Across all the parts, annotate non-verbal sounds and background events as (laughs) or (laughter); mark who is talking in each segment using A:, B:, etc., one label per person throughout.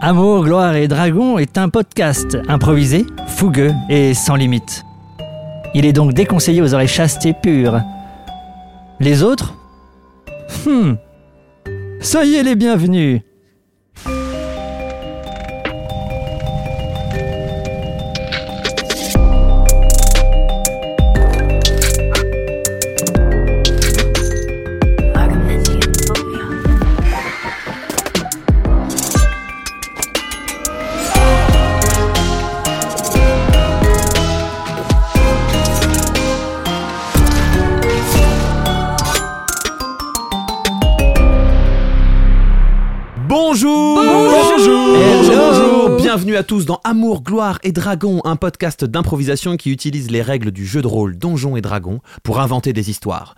A: Amour, gloire et dragon est un podcast improvisé, fougueux et sans limite. Il est donc déconseillé aux oreilles chastes et pures. Les autres Hmm. Soyez les bienvenus.
B: Bonjour
A: Bonjour Hello
B: Bienvenue à tous dans Amour, Gloire et Dragon, un podcast d'improvisation qui utilise les règles du jeu de rôle Donjons et Dragons pour inventer des histoires.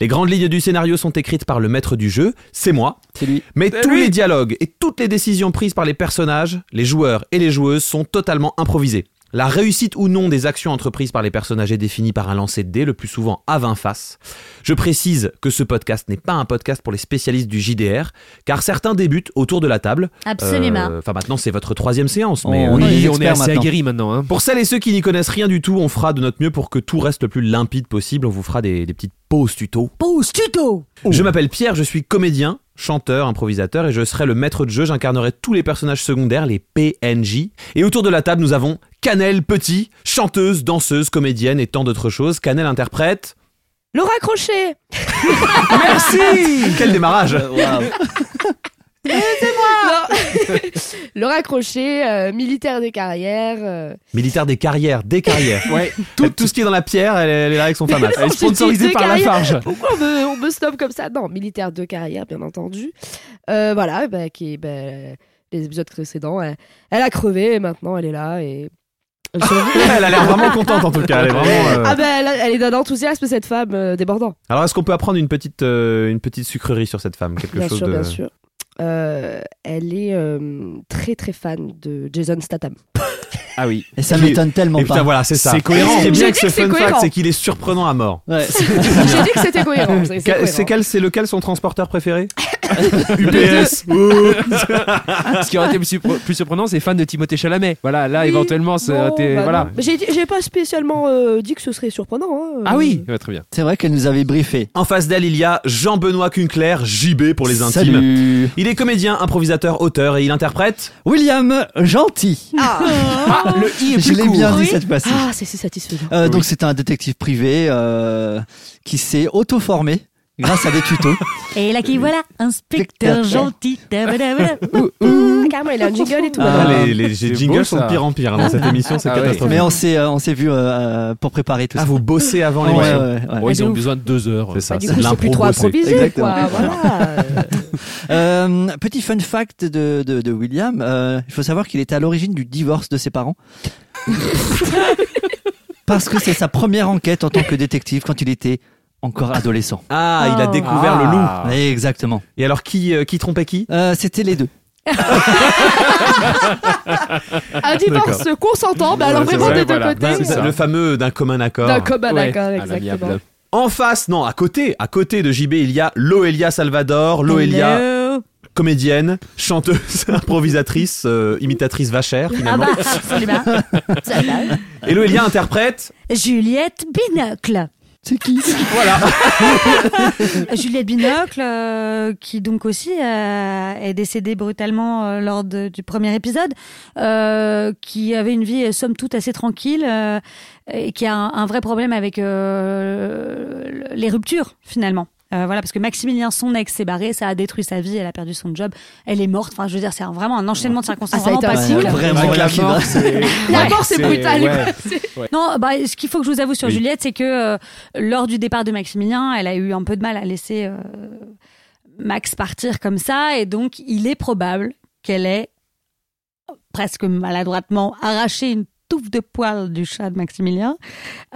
B: Les grandes lignes du scénario sont écrites par le maître du jeu, c'est moi,
A: C'est lui.
B: mais
C: C'est
B: tous
C: lui.
B: les dialogues et toutes les décisions prises par les personnages, les joueurs et les joueuses sont totalement improvisés. La réussite ou non des actions entreprises par les personnages est définie par un lancer de dés, le plus souvent à 20 faces. Je précise que ce podcast n'est pas un podcast pour les spécialistes du JDR, car certains débutent autour de la table.
D: Absolument.
B: Euh, Enfin, maintenant, c'est votre troisième séance, mais.
A: On
B: euh,
A: est des
C: Oui, on est
A: experts
C: assez
A: maintenant.
C: aguerris maintenant. hein.
B: Pour celles et ceux qui n'y connaissent rien du tout, on fera de notre mieux pour que tout reste le plus limpide possible. On vous fera des, des petites pauses tuto. Oh.
D: Pause tuto
B: Je m'appelle Pierre, je suis comédien, chanteur, improvisateur et je serai le maître de jeu. J'incarnerai tous les personnages secondaires, les PNJ. Et autour de la table, nous avons Canel Petit, chanteuse, danseuse, comédienne et tant d'autres choses. Canel interprète.
E: Laura Crochet
B: Merci Quel démarrage
E: Ah (laughs) Laura Crochet, euh, militaire des carrières. euh,
B: Militaire des carrières, des carrières. Euh,
C: Ouais.
B: Tout, tout ce qui est dans la pierre, elle, est- elle est là avec son famas.
E: Non, j'ai dit
C: Sponsorisé
E: des
C: par
E: carrières.
C: Lafarge.
E: Pourquoi on me, on me snob comme ça Non, militaire de carrière, bien entendu. Euh, voilà, bah, qui, bah, les épisodes précédents, elle, elle a crevé et maintenant elle est là et. Elle survit.
B: Elle a l'air vraiment contente en tout cas. Elle est vraiment, euh,
E: ah bah, elle, a- elle est d'un enthousiasme cette femme euh, débordant.
B: Alors est-ce qu'on peut apprendre une petite, euh, une petite sucrerie sur cette femme quelque
E: bien
B: chose
E: sûr,
B: de...
E: bien sûr. Euh, elle est euh, très très fan de
B: (laughs)
E: Jason Statham.
C: Ah oui.
A: Et ça
B: Qui est-
A: m'étonne tellement
B: Et putain
A: pas.
B: voilà c'est ça.
C: C'est cohérent.
B: Ce qui est bien
E: J'ai
B: avec
E: dit
B: ce
E: que c'est
B: fun fact,
E: cohérent.
B: c'est qu'il est surprenant à mort.
A: Ouais, c'est-
E: J'ai dit que c'était cohérent. C'est
B: Quel-
E: cohérent.
B: C'est quel, c'est lequel son transporteur
E: (laughs)
B: préféré
E: deux.
B: UPS.
C: Ce qui aurait été plus, surpre- plus surprenant, c'est fan de Timothée Chalamet. Voilà, là,
E: Oui.
C: éventuellement, ça aurait
E: Non,
C: été-
E: bah
C: voilà.
E: non. J'ai dit- j'ai pas spécialement euh, dit que ce serait surprenant. hein.
C: Ah oui, Ouais, très bien.
A: C'est vrai qu'elle nous avait briefé.
B: En face d'elle, il y a Jean-Benoît Cunclair, JB pour les intimes.
A: Salut.
B: Il est comédien, improvisateur, auteur et il interprète.
A: William Gentil.
E: Ah,
C: Le i est
A: Je
C: plus
A: l'ai
C: court.
A: bien dit
E: Oui.
A: cette fois-ci.
E: Ah, c'est c'est satisfaisant.
A: Euh, Donc c'est un détective privé euh, qui s'est auto-formé grâce à des tutos.
D: Et là qui voilà,
A: Inspecteur
D: inspecteur gentil.
E: Ah, carrément, il a un jingle et tout.
A: Ah,
E: maintenant.
B: euh, les, les- les
C: c'est
B: jingles
C: beau,
B: sont
C: ça.
B: de pire en pire dans cette émission, c'est
C: Ah ouais.
B: catastrophique.
A: Mais on s'est euh, on s'est vu euh, pour préparer tout
B: Ah,
A: ça.
B: vous bossez avant
A: Ouais,
B: l'émission.
A: ouais, ouais.
C: Oh, ils ont
E: Ah, de ouf.
C: besoin de deux heures.
B: C'est ça,
E: Bah, du
B: c'est
E: coup,
B: de
E: c'est plus trop
B: l'impro bossé.
E: improvisé,
A: Exactement.
E: quoi. Voilà.
A: Euh, petit fun fact de, de, de William, euh, il faut savoir qu'il était à l'origine du divorce de ses
E: (laughs)
A: parents. Parce que c'est sa première enquête en tant que détective quand il était encore adolescent.
B: Ah, il a
D: Oh.
B: découvert le loup.
C: Ah.
A: Exactement.
B: Et alors, qui, euh, qui trompait qui
A: Euh, C'était les deux.
E: Un divorce consentant, mais alors
C: Ouais, c'est
E: vraiment
C: vrai,
E: des deux
C: voilà.
E: côtés.
C: C'est ça.
B: Le fameux d'un commun accord.
E: D'un commun
C: Ouais. Ah,
E: accord,
C: À l'amiable.
E: exactement.
B: En face, non, à côté, à côté de JB, il y a Loelia Salvador. Loelia, comédienne, chanteuse, (laughs) improvisatrice, euh, imitatrice vachère
D: Ah
B: finalement.
D: bah absolument.
A: (laughs)
D: Ça va.
B: Et Loelia interprète.
D: Juliette Binocle.
A: C'est qui
D: (laughs) Juliette Binocle, euh, qui donc aussi euh, est décédée brutalement euh, lors de- du premier épisode, euh, qui avait une vie euh, somme toute assez tranquille euh, et qui a un, un vrai problème avec euh, les ruptures finalement. Euh, voilà, parce que Maximilien, son ex, s'est barré, ça a détruit sa vie, elle a perdu son job, elle est morte. Enfin, je veux dire, c'est un- vraiment un enchaînement de circonstances
E: Ah, ça a
D: vraiment pas
E: été un-
D: cool.
E: Ouais,
A: Vraiment,
C: Avec
A: rien
C: la
A: qui
C: mort,
A: va.
C: c'est...
E: La
C: Ouais,
E: mort, c'est brutal.
C: ouais.
E: quoi. C'est-
D: Non, bah, ce qu'il faut que je vous avoue sur
C: Oui.
D: Juliette, c'est que euh, lors du départ de Maximilien, elle a eu un peu de mal à laisser euh, Max partir comme ça. Et donc, il est probable qu'elle ait presque maladroitement arraché une touffe de poils du chat de Maximilien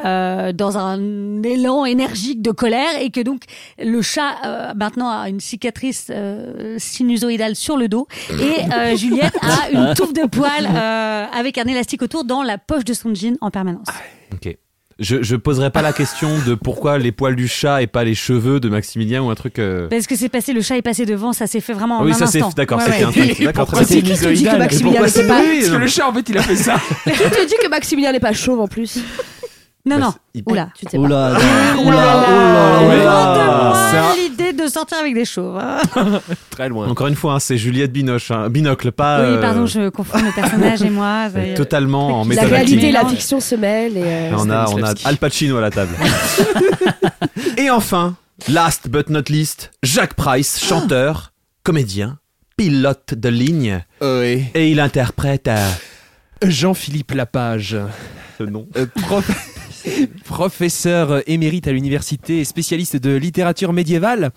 D: euh, dans un élan énergique de colère et que donc le chat euh, maintenant a une cicatrice euh, sinusoïdale sur le dos et euh, Juliette a une touffe de poils euh, avec un élastique autour dans la poche de son jean en permanence.
B: Ok. Je, je poserai pas la question de pourquoi les poils du chat et pas les cheveux de Maximilien ou un truc. euh,
D: Parce que c'est passé, le chat est passé devant, ça s'est fait vraiment en
B: Ah oui,
D: un
B: ça c'est
D: instant.
B: d'accord,
D: Ouais,
B: c'était
D: ouais.
B: un truc. D'accord, très
E: Mais
B: bien.
E: c'est qui qui dit que
C: Pourquoi
E: Maximilien
B: c'est
E: n'est pas...
B: lui
C: Parce que le chat, en fait, il a fait ça.
E: Mais qui te dit que Maximilien n'est pas chauve en plus
D: Non,
B: Bah,
D: non.
B: c'est- il-
D: Oula.
E: Tu ne sais
A: (laughs)
E: pas.
A: Oula,
D: Oh là
A: oula,
D: là,
A: oula,
B: ouais.
A: oula.
D: loin de moi
C: Ça-
D: l'idée de sortir avec des chauves. hein.
C: Très loin.
B: Encore une fois, hein, c'est Juliette Binoche, hein, Binocle, pas.
D: Oui,
B: euh,
D: pardon, je confonds le personnage et moi. ça y est.
B: Totalement
D: La
B: en
E: euh, La
B: méthode
E: réalité et
B: acting.
E: la
D: Maximilien.
E: fiction se mêlent. Et, euh,
B: Et on, a, on a
C: Stanislavski.
B: Al Pacino à la table. et enfin, last but not least, Jack Price, chanteur, comédien, pilote de ligne,
C: Oui.
B: et il interprète euh,
C: Euh, Jean-Philippe Lapage.
B: ce nom.
C: Euh, prof- (laughs) professeur émérite à l'université et spécialiste de littérature médiévale.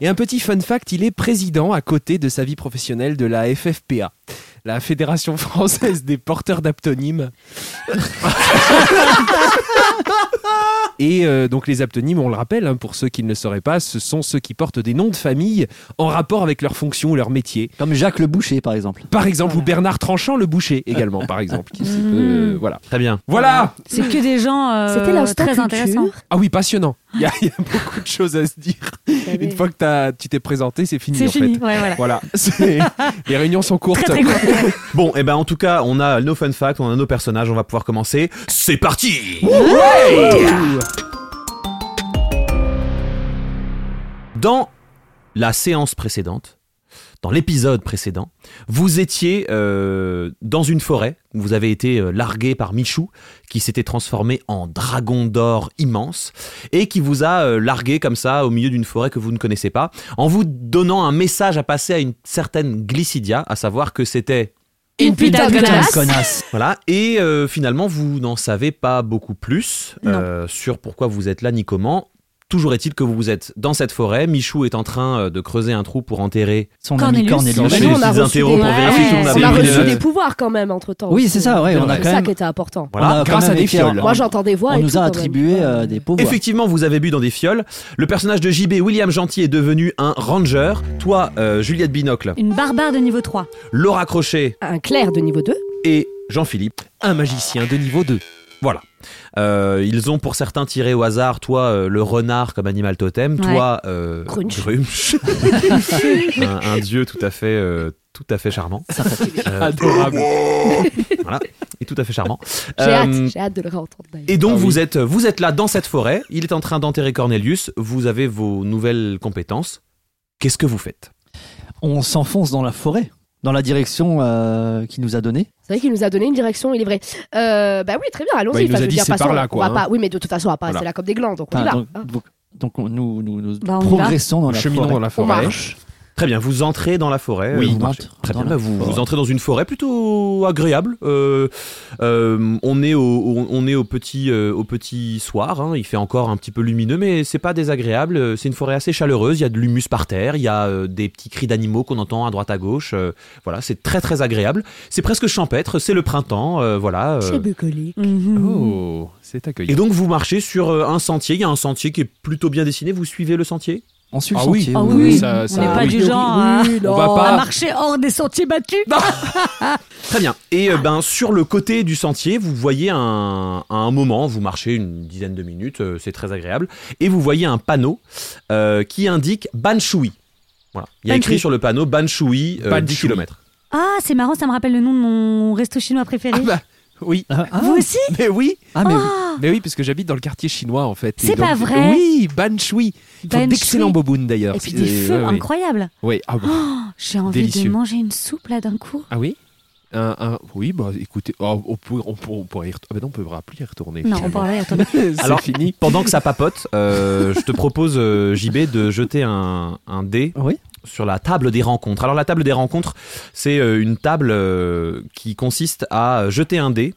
C: Et un petit fun fact, il est président à côté de sa vie professionnelle de la FFPA, la Fédération française des porteurs d'aptonymes. Et euh, donc les aptonymes, on le rappelle, hein, pour ceux qui ne le sauraient pas, ce sont ceux qui portent des noms de famille en rapport avec leur fonction ou leur métier.
A: Comme Jacques le Boucher, par exemple.
C: Par exemple, ou Bernard Tranchant, le boucher également, par exemple. qui s'est- euh, voilà.
B: Très bien.
C: Voilà
D: C'est que des gens euh,
E: C'était l'instant
D: très
E: culture.
D: intéressants.
C: Ah oui, passionnant. Il y, a- il y a beaucoup de choses à se dire. Une fois que t'as- tu t'es présenté, c'est fini.
D: Ah C'est
C: en
D: fini,
C: Fait.
D: ouais, voilà.
C: Voilà. C'est- Les réunions sont courtes.
D: Très très cool.
B: Bon, et ben en tout cas, on a nos fun facts, on a nos personnages, on va pouvoir commencer. C'est parti Dans la séance précédente, dans l'épisode précédent, vous étiez euh, dans une forêt où vous avez été euh, largué par Michou, qui s'était transformé en dragon d'or immense, et qui vous a euh, largué comme ça au milieu d'une forêt que vous ne connaissez pas, en vous donnant un message à passer à une certaine Glycidia, à savoir que c'était
D: Une putain de
A: Putain de
D: glace.
A: connasse.
B: Voilà, et euh, finalement, vous n'en savez pas beaucoup plus euh, sur pourquoi vous êtes là ni comment. Toujours est-il que vous êtes dans cette forêt. Michou est en train euh, de creuser un trou pour enterrer.
A: Son ami
D: Cornelius.
A: Cornelius.
E: Mais
B: Chez
E: nous,
B: les
E: on a
B: petits
E: reçu, des...
B: interros pour vérifier
D: si on
E: on
D: avait
E: a
D: une
E: reçu
B: note.
E: des pouvoirs quand même entre temps.
A: Oui, c'est ça, ouais, on a
E: C'est
A: quand
E: ça
A: même-
E: qui était important.
A: On a
B: Voilà.
A: quand
C: grâce
A: même
C: à des
A: été en-
C: fioles.
A: On,
E: Moi j'entends des voix. et
A: nous
E: tout,
A: a
E: quand
A: attribué
E: même.
A: euh, des pouvoirs.
B: Effectivement, vous avez bu dans des fioles. Le personnage de JB, William Gentil, est devenu un ranger. Toi, euh, Juliette Binocle,
D: Une barbare de niveau 3.
B: Laura Crochet
E: Un clair de niveau 2.
B: et Jean-Philippe.
C: Un magicien de niveau 2.
B: Euh, ils ont pour certains tiré au hasard, toi, euh, le renard comme animal totem,
D: Ouais.
B: toi, euh,
E: Grunch.
B: Grunch. un, un dieu tout à fait, euh, tout à fait charmant. Euh,
C: Adorable.
B: et tout à fait charmant.
E: (laughs) J'ai
B: Euh,
E: hâte, j'ai hâte de le réentendre. d'ailleurs.
B: Et donc
C: Ah oui.
B: vous êtes vous êtes là dans cette forêt, il est en train d'enterrer Cornelius, vous avez vos nouvelles compétences. Qu'est-ce que vous faites
A: On s'enfonce dans la forêt, dans la direction euh, qu'il nous a donnée.
E: C'est vrai qu'il nous a donné une direction, il est vrai. Euh, bah oui, très bien, allons-y.
C: Bah, il
E: Enfin,
C: nous a
E: je veux
C: dit,
E: dire,
C: c'est
E: façon,
C: par là,
E: on
C: quoi,
E: va
C: hein.
E: pas- Oui, mais de toute façon, on va pas
C: Voilà.
E: rester là comme des glands, donc on y
A: Enfin,
E: va.
A: donc,
E: hein.
A: donc- donc on- nous, nous, nous
D: Bah, on y
A: progressons dans la
C: Cheminons
A: forêt.
C: dans la
E: On
C: forêt.
E: marche.
B: Très bien, vous entrez dans la forêt.
A: Oui,
B: euh, vous
A: on
B: marchez.
A: entre
B: Très
A: dans
B: bien,
A: la
B: bah, vous,
A: forêt.
B: vous entrez dans une forêt plutôt agréable. Euh, euh, on est au, on- on est au petit, euh, au petit soir. hein. Il fait encore un petit peu lumineux, mais c'est pas désagréable. Euh, C'est une forêt assez chaleureuse. Il y a de l'humus par terre. Il y a euh, des petits cris d'animaux qu'on entend à droite à gauche. Euh, voilà, c'est très très agréable. C'est presque champêtre. C'est le printemps. euh, voilà. euh.
E: Chez Bucolique.
D: Mm-hmm.
C: Oh, c'est
B: Et
C: accueilli.
B: donc vous marchez sur euh, un sentier. Il y a un sentier qui est plutôt bien dessiné. Vous suivez le sentier
A: On suit le
C: Ah oui.
A: sentier.
D: Ah
A: oui,
D: oui,
A: oui.
C: ça-
D: on
C: ça-
D: n'est pas
C: oui.
D: du
E: Oui,
D: genre à,
E: oui,
C: On va
E: non.
D: à
C: pas-
D: marcher hors des sentiers battus.
B: Très bien. Et euh, ben sur le côté du sentier, vous voyez un, à un moment, vous marchez une dizaine de minutes, euh, c'est très agréable, et vous voyez un panneau euh, qui indique Banshui. Voilà. Il y a écrit
C: Banshui.
B: sur le panneau Banshui, euh, 10
C: Banshui.
B: km.
D: Ah, c'est marrant, ça me rappelle le nom de mon resto chinois préféré.
C: Ah bah, oui.
A: Ah, ah,
D: Vous aussi
C: (laughs) Mais oui.
A: ah, mais
D: Ah,
C: Mais oui, parce que j'habite dans le quartier chinois, en fait. Et
D: C'est
C: donc-
D: pas vrai
C: Oui, Banshui. Ils font
D: Banshui.
C: d'excellents bobounes, d'ailleurs.
D: Et puis des
C: C'est-
D: feux
C: ouais, ouais.
D: incroyables.
C: Oui, ah bon.
D: Oh, J'ai envie
C: Délicieux.
D: de manger une soupe là d'un coup.
C: Ah oui Un- un- Oui, bah écoutez, oh, on, peut, on, peut- on pourrait y retourner. Ah bah non, on ne pourra plus y retourner.
D: Non, on
C: finalement.
D: parlait, attendez.
C: (laughs) C'est
B: Alors-
C: fini.
B: Pendant que ça papote, euh, je te propose, euh, JB, de jeter un, un dé
A: oui.
B: sur la table des rencontres. Alors la table des rencontres, c'est euh, une table euh, qui consiste à jeter un dé.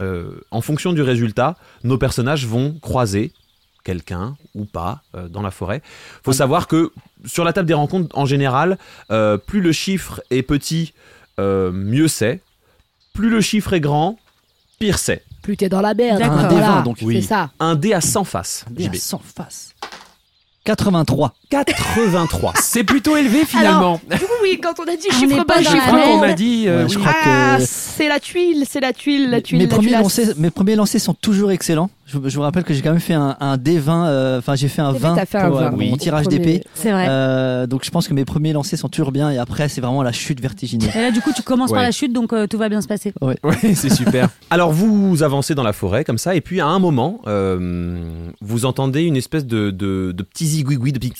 B: Euh, en fonction du résultat, nos personnages vont croiser quelqu'un ou pas euh, dans la forêt. Faut savoir que sur la table des rencontres, en général, euh, plus le chiffre est petit, euh, mieux c'est. Plus le chiffre est grand, pire c'est.
E: Plus t'es dans la merde. hein.
D: D'accord.
A: Un
E: voilà.
A: des vins, donc.
E: C'est ça.
B: Un dé à 100 faces.
A: Un dé à
B: JB.
A: 100 faces. 83.
B: 83.
C: C'est plutôt élevé finalement.
E: Du coup, (laughs) oui, quand on a dit
D: On
E: chiffre
D: n'est
E: bas,
D: pas dans
C: Je
E: chiffre
D: la
C: crois
E: haut.
C: qu'on a
D: merde.
C: dit. euh,
A: Ouais, je
C: oui.
A: crois
E: Ah,
A: que-
E: c'est la tuile, c'est la tuile, la tuile.
A: mes,
E: la
A: premiers
E: tuile.
A: lancers, mes premiers lancers sont toujours excellents. Je, je vous rappelle que j'ai quand même fait un, un D20, euh, enfin j'ai fait un
E: T'as fait-
A: 20
E: Eh ben, t'as fait un
A: pour, euh,
E: 20.
A: pour mon tirage
E: Premier-
A: d'épée.
D: C'est
C: Ah,
D: vrai.
A: Euh, donc je pense que mes premiers lancers sont toujours bien et après c'est vraiment la chute vertigineuse.
D: Et là, du coup, tu commences par
C: Ouais.
D: la chute, donc euh, tout va bien se passer.
C: (laughs) Ouais, c'est super.
B: Alors vous avancez dans la forêt comme ça, et puis à un moment, euh, vous entendez une espèce de, de, de petits zigouigouis, de petits...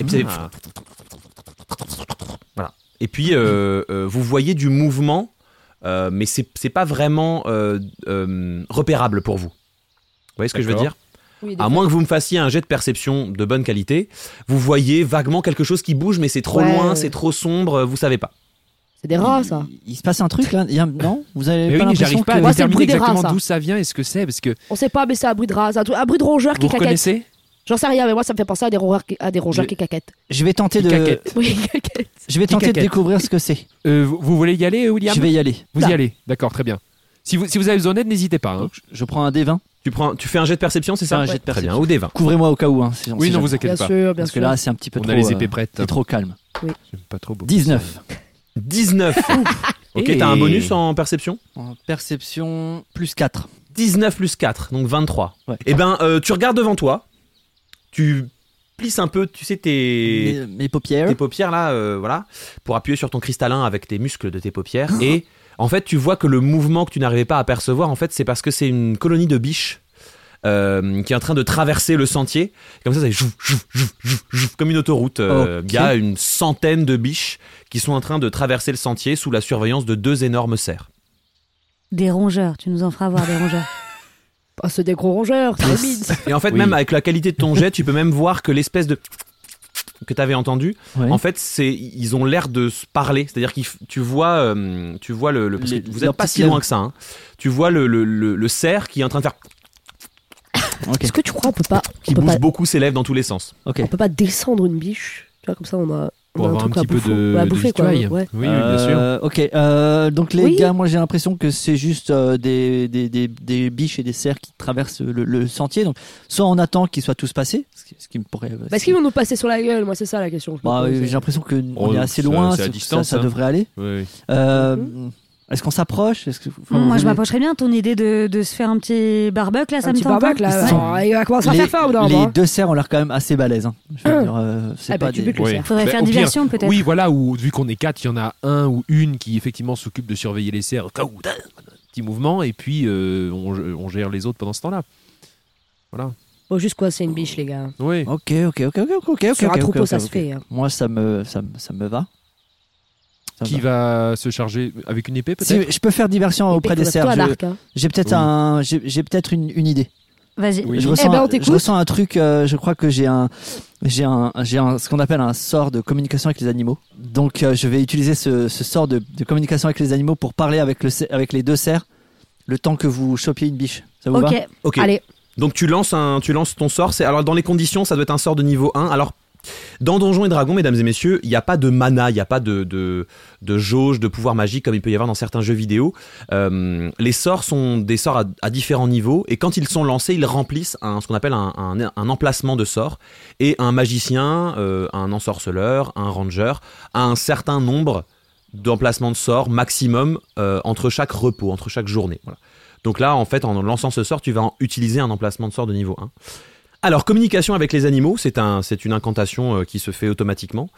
B: Et puis, ça fait- Voilà. Et puis euh, euh, vous voyez du mouvement, euh, mais c'est c'est pas vraiment euh, euh, repérable pour vous. Vous voyez ce que je veux
C: D'accord.
B: dire
E: Oui, des-
B: À moins que vous me fassiez un jet de perception de bonne qualité, vous voyez vaguement quelque chose qui bouge, mais c'est trop
E: Ouais,
B: loin,
E: ouais.
B: c'est trop sombre, vous savez pas.
E: C'est des rats, ça.
A: Il, il se passe un truc là Il y a- Non Vous avez
C: Mais
A: pas
C: oui, mais
A: l'impression
C: j'arrive pas
A: que-
C: à
E: Moi, c'est le
C: déterminer
E: bruit des rats,
C: exactement
E: ça.
C: d'où ça vient et ce que c'est parce que
E: On sait pas, mais c'est un bruit de rat. C'est un, truc- un bruit de rongeur
C: vous
E: qui caquette.
C: reconnaissez
E: J'en sais rien, mais moi, ça me fait penser à des rongeurs qui, à des rongeurs
C: Je-
E: qui caquettent.
A: Je vais tenter
C: Qui
A: de,
C: caquette.
E: Oui, (laughs) caquettent.
A: je vais
C: Qui
A: tenter de
C: caquette.
A: découvrir ce que c'est.
C: Euh, vous, vous voulez y aller, William
A: Je vais y aller.
C: Vous y
E: Là.
C: allez. D'accord, très bien. Si vous, si vous avez besoin d'aide, n'hésitez pas. hein.
A: Donc, je- je prends un D20.
B: Tu, prends, tu fais un jet de perception, c'est
A: Fais
B: ça
A: un jet de
B: Très bien,
A: perception.
B: ou des 20.
A: Couvrez-moi au cas où. Hein, si- si
C: Oui, non,
A: jamais.
C: vous
E: Bien
C: inquiétez pas.
E: sûr, bien
A: Parce que
E: sûr.
A: là, c'est un petit peu
C: On
A: trop.
C: a les
A: euh,
C: épées prêtes.
A: c'est trop calme.
C: J'aime Pas trop beaucoup
A: 19.
B: 19. ok,
C: Et-
B: t'as un bonus en perception
A: En perception, plus 4.
B: 19 plus 4, donc 23.
A: Ouais.
B: Eh ben, euh, tu regardes devant toi, tu plisses un peu, tu sais, tes,
A: mes, mes paupières.
B: tes paupières là, euh, voilà, pour appuyer sur ton cristallin avec tes muscles de tes paupières. et en fait, tu vois que le mouvement que tu n'arrivais pas à percevoir, en fait, c'est parce que c'est une colonie de biches. euh, qui est en train de traverser le sentier. Comme ça, ça fait jouf, jouf, jouf, jouf, jouf, comme une autoroute. Euh,
A: Ok.
B: Il y a une centaine de biches qui sont en train de traverser le sentier sous la surveillance de deux énormes cerfs.
D: Des rongeurs, tu nous en feras voir des rongeurs.
C: (laughs)
E: Ah, c'est des gros rongeurs, c'est des mines.
B: Et en fait,
C: Oui.
B: même avec la qualité de ton jet, tu peux même voir que l'espèce de que t'avais entendu,
A: Ouais.
B: en fait, c'est ils ont l'air de se parler. C'est-à-dire que tu vois, euh, tu vois le, le- parce que
A: Les-
B: vous
A: leurs
B: n'êtes pas
A: petites
B: si loin
A: lèvres.
B: que ça. hein. Tu vois le, le, le- le cerf qui est en train de faire,
A: Ok.
E: Est-ce que tu crois qu'on peut pas, on
B: qui
E: peut
B: bouge
E: pas,
B: beaucoup ses lèvres dans tous les sens.
A: Ok.
E: on peut pas descendre une biche Tu vois, comme ça, on a, on
C: Pour
E: a
C: avoir un
E: truc à
C: petit peu
E: bouffer.
C: de,
E: Ouais, à
C: de
E: bouffer, quoi.
C: victuailles.
E: ouais.
C: Oui, oui, bien sûr.
A: Euh, ok. euh, donc les
E: Oui.
A: gars, moi j'ai l'impression que c'est juste euh, des, des, des, des biches et des cerfs qui traversent le, le sentier. Donc soit on attend qu'ils soient tous passés, ce qui, ce qui me pourrait. euh,
E: Bah, Est-ce qu'ils vont nous passer sur la gueule Moi, c'est ça la question. que je me
A: Bah,
E: pose.
A: euh, j'ai l'impression que
C: Oh,
A: on est
C: donc
A: assez
C: ça-
A: loin.
C: c'est à
A: ça-
C: distance,
A: ça, ça
C: hein.
A: devrait aller.
C: Oui, oui.
A: Euh, Est-ce qu'on s'approche Est-ce que
C: Mmh.
A: enfin,
D: Moi,
A: vous
D: je
A: voulez-
D: m'approcherais bien. Ton idée de, de se faire un petit barbuck, là, ça
E: un
D: me
E: petit
D: tente. hein.
E: barbac là.
A: Ils sont-
E: alors, il va commencer à
A: les,
E: faire faim, non
A: les deux cerfs ont l'air quand même assez balèzes. hein. Je veux
E: Hum.
A: dire, euh, c'est
E: Ah,
A: pas
E: bah, tu
A: des-
E: butes le
C: Ouais.
E: cerf.
D: Faudrait
C: Bah,
D: faire
C: au pire,
D: diversion, peut-être.
C: Oui, voilà, ou vu qu'on est quatre, il y en a un ou une qui effectivement s'occupe de surveiller les cerfs. Caou, dun, Petit mouvement, et puis euh, on, on gère les autres pendant ce temps-là.
E: Bon, juste quoi, c'est une biche, les gars.
C: Oui.
A: Ok, ok, ok, ok, ok, ok. ok,
E: Sur un
A: ok,
E: troupeau,
A: ok,
E: ça se
A: ok.
E: fait. hein.
A: Moi, ça me, ça, me- ça me va. Ça me
C: Qui
A: va.
C: va se charger avec une épée peut-être
A: Si je peux faire diversion
E: Et
A: auprès des
E: toi,
A: cerfs. je-
E: Dark, hein.
A: J'ai peut-être
C: Oui.
A: un, j'ai j'ai peut-être une, une idée.
D: Vas-y.
C: Oui.
A: Je
C: Eh
A: ressens,
E: ben, on
A: un- je
E: t'écoute.
A: ressens un truc. euh, je crois que j'ai un, j'ai un, j'ai un, ce qu'on appelle un sort de communication avec les animaux. Donc, euh, je vais utiliser ce, ce sort de, de communication avec les animaux pour parler avec le, cer- avec les deux cerfs le temps que vous chopiez une biche. Ça vous va
D: Ok.
B: Ok.
E: Allez,
B: Donc tu lances un, tu lances ton sort. C'est alors dans les conditions, ça doit être un sort de niveau 1. Alors dans Donjons et Dragons, mesdames et messieurs, il n'y a pas de mana, il n'y a pas de, de, de jauge, de pouvoir magique comme il peut y avoir dans certains jeux vidéo. Euh, les sorts sont des sorts à, à différents niveaux et quand ils sont lancés, ils remplissent un, ce qu'on appelle un, un- un emplacement de sort. Et un magicien, euh, un ensorceleur, un ranger a un certain nombre d'emplacements de sorts maximum euh, entre chaque repos, entre chaque journée. Voilà. Donc là, en fait, en lançant ce sort, tu vas en utiliser un emplacement de sort de niveau 1. Alors, communication avec les animaux, c'est un, c'est une incantation euh, qui se fait automatiquement.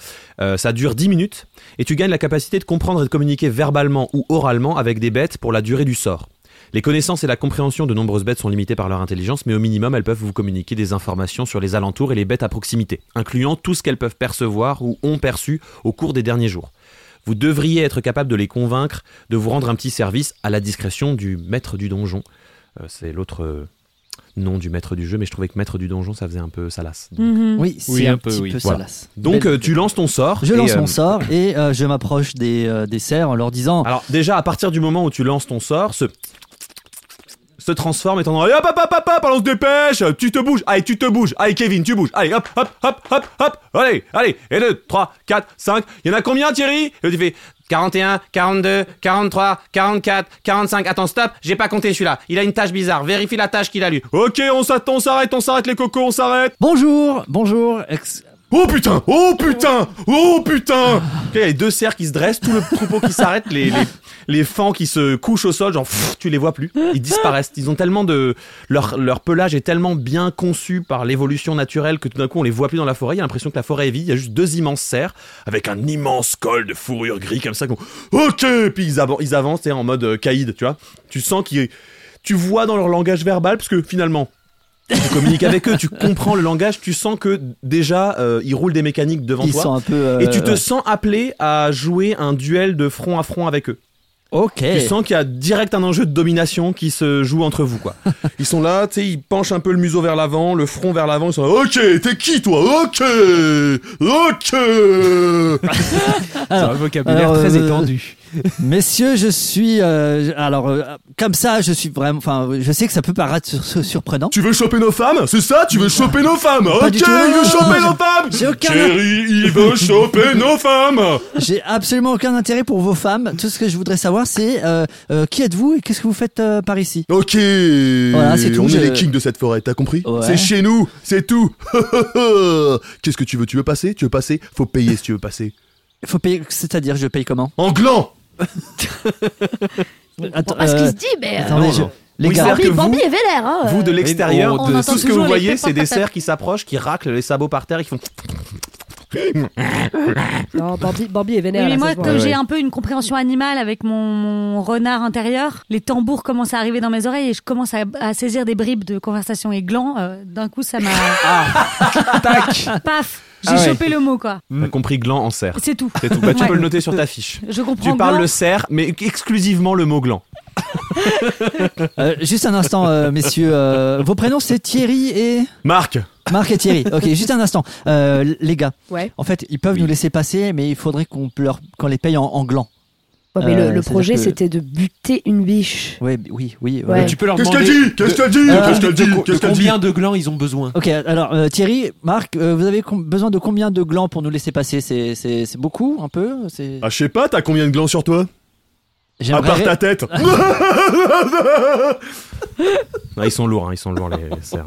B: Euh, ça dure 10 minutes et tu gagnes la capacité de comprendre et de communiquer verbalement ou oralement avec des bêtes pour la durée du sort. Les connaissances et la compréhension de nombreuses bêtes sont limitées par leur intelligence, mais au minimum, elles peuvent vous communiquer des informations sur les alentours et les bêtes à proximité, incluant tout ce qu'elles peuvent percevoir ou ont perçu au cours des derniers jours. Vous devriez être capable de les convaincre de vous rendre un petit service à la discrétion du maître du donjon. Euh, c'est l'autre euh, nom du maître du jeu, mais je trouvais que maître du donjon, ça faisait un peu salace.
D: Mhm.
A: Oui, c'est
C: Oui,
A: un,
C: un peu,
A: petit
C: oui.
A: peu
B: Voilà.
A: salace.
B: Donc
A: Hmm. Belle-
B: euh, tu lances ton sort.
A: Je
B: et,
A: lance
B: euh,
A: mon sort et euh, je m'approche
B: Ah.
A: des, euh, des cerfs en leur disant
B: Alors déjà, à partir du moment où tu lances ton sort, ce, se transforme étant dans Allez, hop, hop, hop, hop, hop, allons, on se dépêche Tu te bouges Allez, tu te bouges Allez, Kevin, tu bouges Allez, hop, hop, hop, hop, hop Allez, allez Et 2, 3, 4, 5. Il y en a combien, Thierry Et tu fais 41, 42, 43, 44, 45. Attends, stop, j'ai pas compté celui-là. Il a une tâche bizarre. Vérifie la tâche qu'il a lu. Ok, on s'attend, on s'arrête, on s'arrête, les cocos, on s'arrête
A: Bonjour, bonjour. ex-
B: Oh putain Oh putain Oh putain Il y a les deux cerfs qui se dressent, tout le troupeau qui s'arrête, les, les, les fans qui se couchent au sol, genre pff, tu les vois plus. Ils disparaissent. Ils ont tellement de. Leur, leur pelage est tellement bien conçu par l'évolution naturelle que tout d'un coup on les voit plus dans la forêt. Il y a l'impression que la forêt est vide. Il y a juste deux immenses cerfs avec un immense col de fourrure gris comme ça. qu'on- Ok Puis ils, avan- ils avancent t'sais, en mode euh, caïd, tu vois. Tu sens qu'ils. Tu vois dans leur langage verbal, parce que finalement, tu communiques
A: (laughs)
B: avec eux, tu comprends le langage, tu sens que déjà euh, ils roulent des mécaniques devant
A: Ils
B: toi.
A: sont un peu. euh,
B: Et tu te
A: ouais.
B: sens appelé à jouer un duel de front à front avec eux.
A: Ok.
B: Tu sens qu'il y a direct un enjeu de domination qui se joue entre
A: (laughs)
B: vous, quoi. ils sont là, tu sais, ils penchent un peu le museau vers l'avant, le front vers l'avant, ils sont là, Ok, t'es qui toi Ok Ok
C: C'est un
A: Alors,
C: vocabulaire
A: alors,
C: très
A: euh,
C: étendu.
A: Messieurs, je suis. euh, alors, euh, comme ça, je suis vraiment. Enfin, je sais que ça peut paraître sur- sur- surprenant.
B: Tu veux choper nos femmes C'est ça Tu veux choper nos femmes
A: Pas du tout.
B: femmes
A: J'ai aucun-
B: il veut choper nos femmes
A: J'ai absolument aucun intérêt pour vos femmes. Tout ce que je voudrais savoir, c'est euh, euh, qui êtes-vous et qu'est-ce que vous faites euh, par ici
B: Ok.
A: Voilà, c'est tout,
B: On
A: je-
B: est les kings de cette forêt, t'as compris
A: Ouais.
B: C'est chez nous, c'est tout. (laughs) Qu'est-ce que tu veux Tu veux passer Tu veux passer Faut payer si tu veux passer.
A: Faut payer. C'est-à-dire, je paye comment
B: En gland
A: Attends,
E: ah,
F: Parce qu'il
A: euh,
F: se dit, mais. euh,
A: attendez,
B: Non,
A: je-
B: non.
A: les
B: Oui,
A: gars.
B: c'est-à-dire
F: Bambi,
B: que vous-
F: Bambi est vénère, hein.
B: Vous de
F: euh,
B: l'extérieur,
C: oh,
F: on
B: de-
F: entend
B: tout ce que vous
F: toujours les
B: voyez, c'est des
F: pépins.
B: cerfs qui s'approchent, qui raclent les sabots par terre, et qui font.
E: Non, Bambi, Bambi est vénère.
D: Oui, mais
E: là, ça
D: moi,
E: se voit.
D: comme
B: Ouais,
D: j'ai
B: ouais.
D: un peu une compréhension animale avec mon, mon renard intérieur, les tambours commencent à arriver dans mes oreilles et je commence à, à saisir des bribes de conversation et gland. euh, D'un coup, ça m'a. (laughs)
C: Tac
D: Paf J'ai
C: Ah ouais.
D: chopé le mot, quoi.
B: T'as compris gland en cerf.
D: C'est tout.
B: C'est tout. Bah, tu
D: Ouais.
B: peux le noter sur ta fiche.
D: Je comprends.
B: Tu parles
D: gland.
B: le cerf, mais exclusivement le mot gland.
A: Euh, juste un instant, euh, messieurs. euh, vos prénoms, c'est Thierry et
B: Marc
A: Marc et Thierry. Ok, juste un instant. Euh, les gars,
E: Ouais.
A: en fait, ils peuvent nous laisser passer, mais il faudrait qu'on leur... qu'on les paye en, en gland.
E: Ouais, mais
A: Euh,
E: le- le,
A: c'est-à-dire
E: projet,
A: que-
E: c'était de buter une biche.
A: Ouais, b- oui, oui.
E: Ouais.
A: oui.
C: Tu peux leur
G: Qu'est-ce qu'elle
C: demander
G: dit Qu'est-ce qu'elle dit
A: Euh,
B: Ah,
G: Qu'est-ce qu'elle
C: de
G: dit
C: co-
G: Qu'est-ce qu'elle dit
C: combien de glands ils ont besoin.
A: Ok, alors euh, Thierry, Marc, euh, vous avez com- besoin de combien de glands pour nous laisser passer C'est- C'est c'est beaucoup, un peu C'est-
G: Ah, je sais pas, t'as combien de glands sur toi À
A: J'aimerais-
G: part ta tête
B: (laughs) Ah, Ils sont lourds, hein, ils sont lourds les cerfs.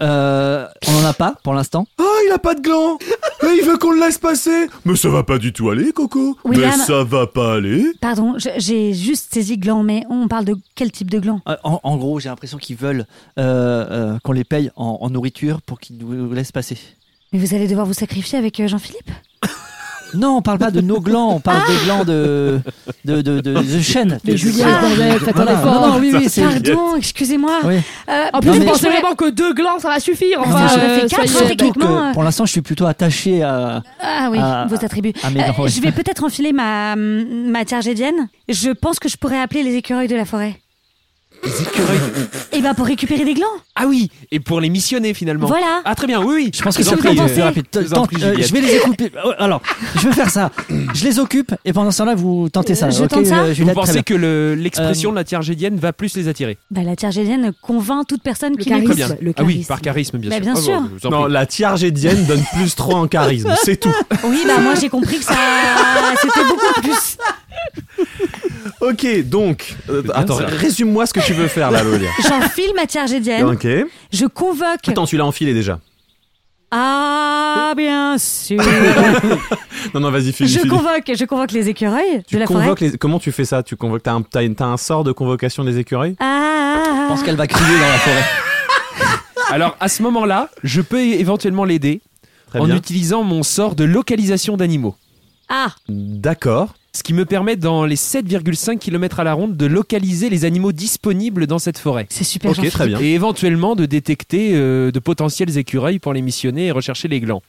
A: Euh, on n'en a pas pour l'instant.
G: Ah, il a pas de gland Et il veut qu'on le laisse passer Mais ça va pas du tout aller, Coco
D: William.
G: Mais ça va pas aller
D: Pardon, je- j'ai juste saisi gland, mais on parle de quel type de gland
A: Euh, En, en gros, j'ai l'impression qu'ils veulent euh, euh, qu'on les paye en, en nourriture pour qu'ils nous laissent passer.
D: Mais vous allez devoir vous sacrifier avec euh, Jean-Philippe
A: Non, on parle pas de nos glands, on parle des glands de de de de, de chêne.
E: Mais
A: De-
E: Julien,
A: de-
E: bordel, faites un
A: Voilà.
E: effort.
A: Non, non, Oh, oui, oui, c'est.
D: Pardon, excusez-moi.
A: Oui.
D: Euh,
E: En
A: plus,
E: plus,
A: Non,
E: je
A: mais-
E: pensais vraiment que deux glands, ça va suffire.
A: mais
E: Enfin,
A: je
D: fais
E: euh,
D: quatre,
E: soyez-
D: c'était-
A: Surtout
D: techniquement,
A: que
D: euh,
A: pour l'instant, je suis plutôt attaché à,
D: Ah oui,
A: Ah,
D: vos attributs.
A: à mes
D: Euh,
A: grands. (laughs)
D: je vais peut-être enfiler ma, ma tiergédienne. Je pense que je pourrais appeler les écureuils de la forêt.
C: Les écureuils.
D: Et ben pour récupérer des glands.
C: Ah oui, et pour les missionner finalement.
D: Voilà.
C: Ah très bien, oui, oui.
A: Je pense que
C: Vous
A: c'est
C: en priez.
A: plus
D: pensez
A: rapide.
C: Je vous en
A: Tant-
C: prie,
A: euh,
C: Juliette.
A: je vais les occuper. Oh, Alors, je vais faire ça. Je les occupe et pendant ce temps-là, vous tentez ça.
D: Je
A: ok,
D: tente ça
A: euh,
C: Vous
A: Juliette, très
C: pensez
A: bien.
C: que le- l'expression
A: Euh,
C: de la tiergédienne va plus les attirer
D: Bah, la tiergédienne convainc toute personne
E: Le
D: qui m'écoute.
C: Très
E: Charisme,
C: bien.
E: le
C: ah oui,
E: charisme.
C: par charisme bien
D: Bah,
C: sûr.
D: bien
C: Ah, bon,
D: sûr.
C: je vous en
B: Non,
C: prie.
B: la tiergédienne donne plus 3 en charisme, c'est tout.
D: Oui, bah moi j'ai compris que ça c'était beaucoup plus.
B: (laughs) Ok, donc. euh, attends,
C: ça.
B: résume-moi ce que tu veux faire là, Lolia.
D: J'enfile ma tiergédienne.
B: Ok.
D: Je convoque.
B: Attends, tu l'as enfilé déjà.
D: Ah bien sûr.
B: Non, non, vas-y, finis.
D: je
B: finis.
D: convoque, je convoque les écureuils
B: Tu
D: de la forêt.
B: convoques les... Comment tu fais ça Tu convoques T'as un... t'as une- t'as un sort de convocation des écureuils
A: Je
D: Ah.
A: pense qu'elle va crier dans la forêt.
C: Alors à ce moment-là, je peux éventuellement l'aider
B: Très
C: en
B: bien.
C: utilisant mon sort de localisation d'animaux.
D: Ah.
B: D'accord.
C: Ce qui me permet dans les 7,5 km à la ronde de localiser les animaux disponibles dans cette forêt.
D: C'est super.
B: Ok,
D: gentil.
B: très bien.
C: Et éventuellement de détecter euh, de potentiels écureuils pour les missionner et rechercher les glands.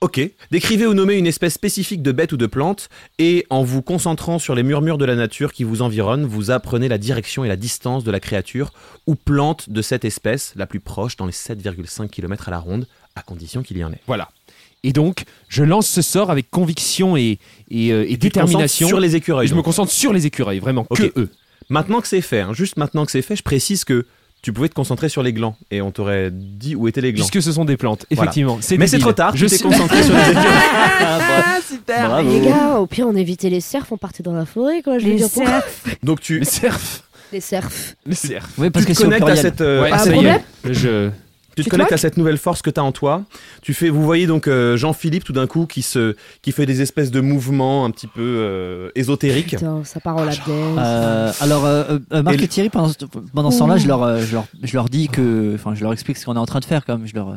B: Ok. Décrivez ou nommez une espèce spécifique de bête ou de plante, et en vous concentrant sur les murmures de la nature qui vous environne, vous apprenez la direction et la distance de la créature ou plante de cette espèce, la plus proche dans les 7,5 km à la ronde, à condition qu'il y en ait.
C: Voilà. Et donc, je lance ce sort avec conviction et, et, euh, et
B: Tu te concentres
C: détermination.
B: Sur les écureuils.
C: Et je me
B: donc.
C: concentre sur les écureuils, vraiment,
B: Ok.
C: que eux.
H: Maintenant que c'est fait, hein, juste maintenant que c'est fait, je précise que tu pouvais te concentrer sur les glands et on t'aurait dit où étaient les glands.
C: Puisque ce sont des plantes,
H: Voilà.
C: effectivement.
H: Mais c'est
C: débile.
H: trop tard,
C: Je
H: je t'es
C: suis- (laughs)
H: concentré sur les étions.
E: super
A: (laughs) Bravo.
E: Les gars, au pire, on évitait les cerfs, on partait dans la forêt, quoi. Je veux
D: Les
E: dire, pour-
D: cerfs.
H: Donc tu,
C: Les cerfs.
E: Les cerfs.
C: Les cerfs.
A: Oui, parce
H: tu
A: que
H: te
A: c'est au
H: connectes à
A: pluriel.
H: cette, euh,
C: Ouais,
H: à
E: un
H: cette-
C: ça y est.
E: problème
C: Je...
H: tu te
E: Tu te
H: connectes à
E: moques
H: cette nouvelle force que tu as en toi. Tu fais, vous voyez donc euh, Jean-Philippe tout d'un coup qui se, qui fait des espèces de mouvements un petit peu euh, ésotériques.
E: Putain, ça part en lap
A: Euh, alors, euh, euh, Marc
H: Et
A: et,
H: le-
A: Thierry, pendant, ce- pendant ce temps-là, je leur, euh, je, leur, je leur dis que. Enfin, je leur explique ce qu'on est en train de faire, quand même. Je leur. euh,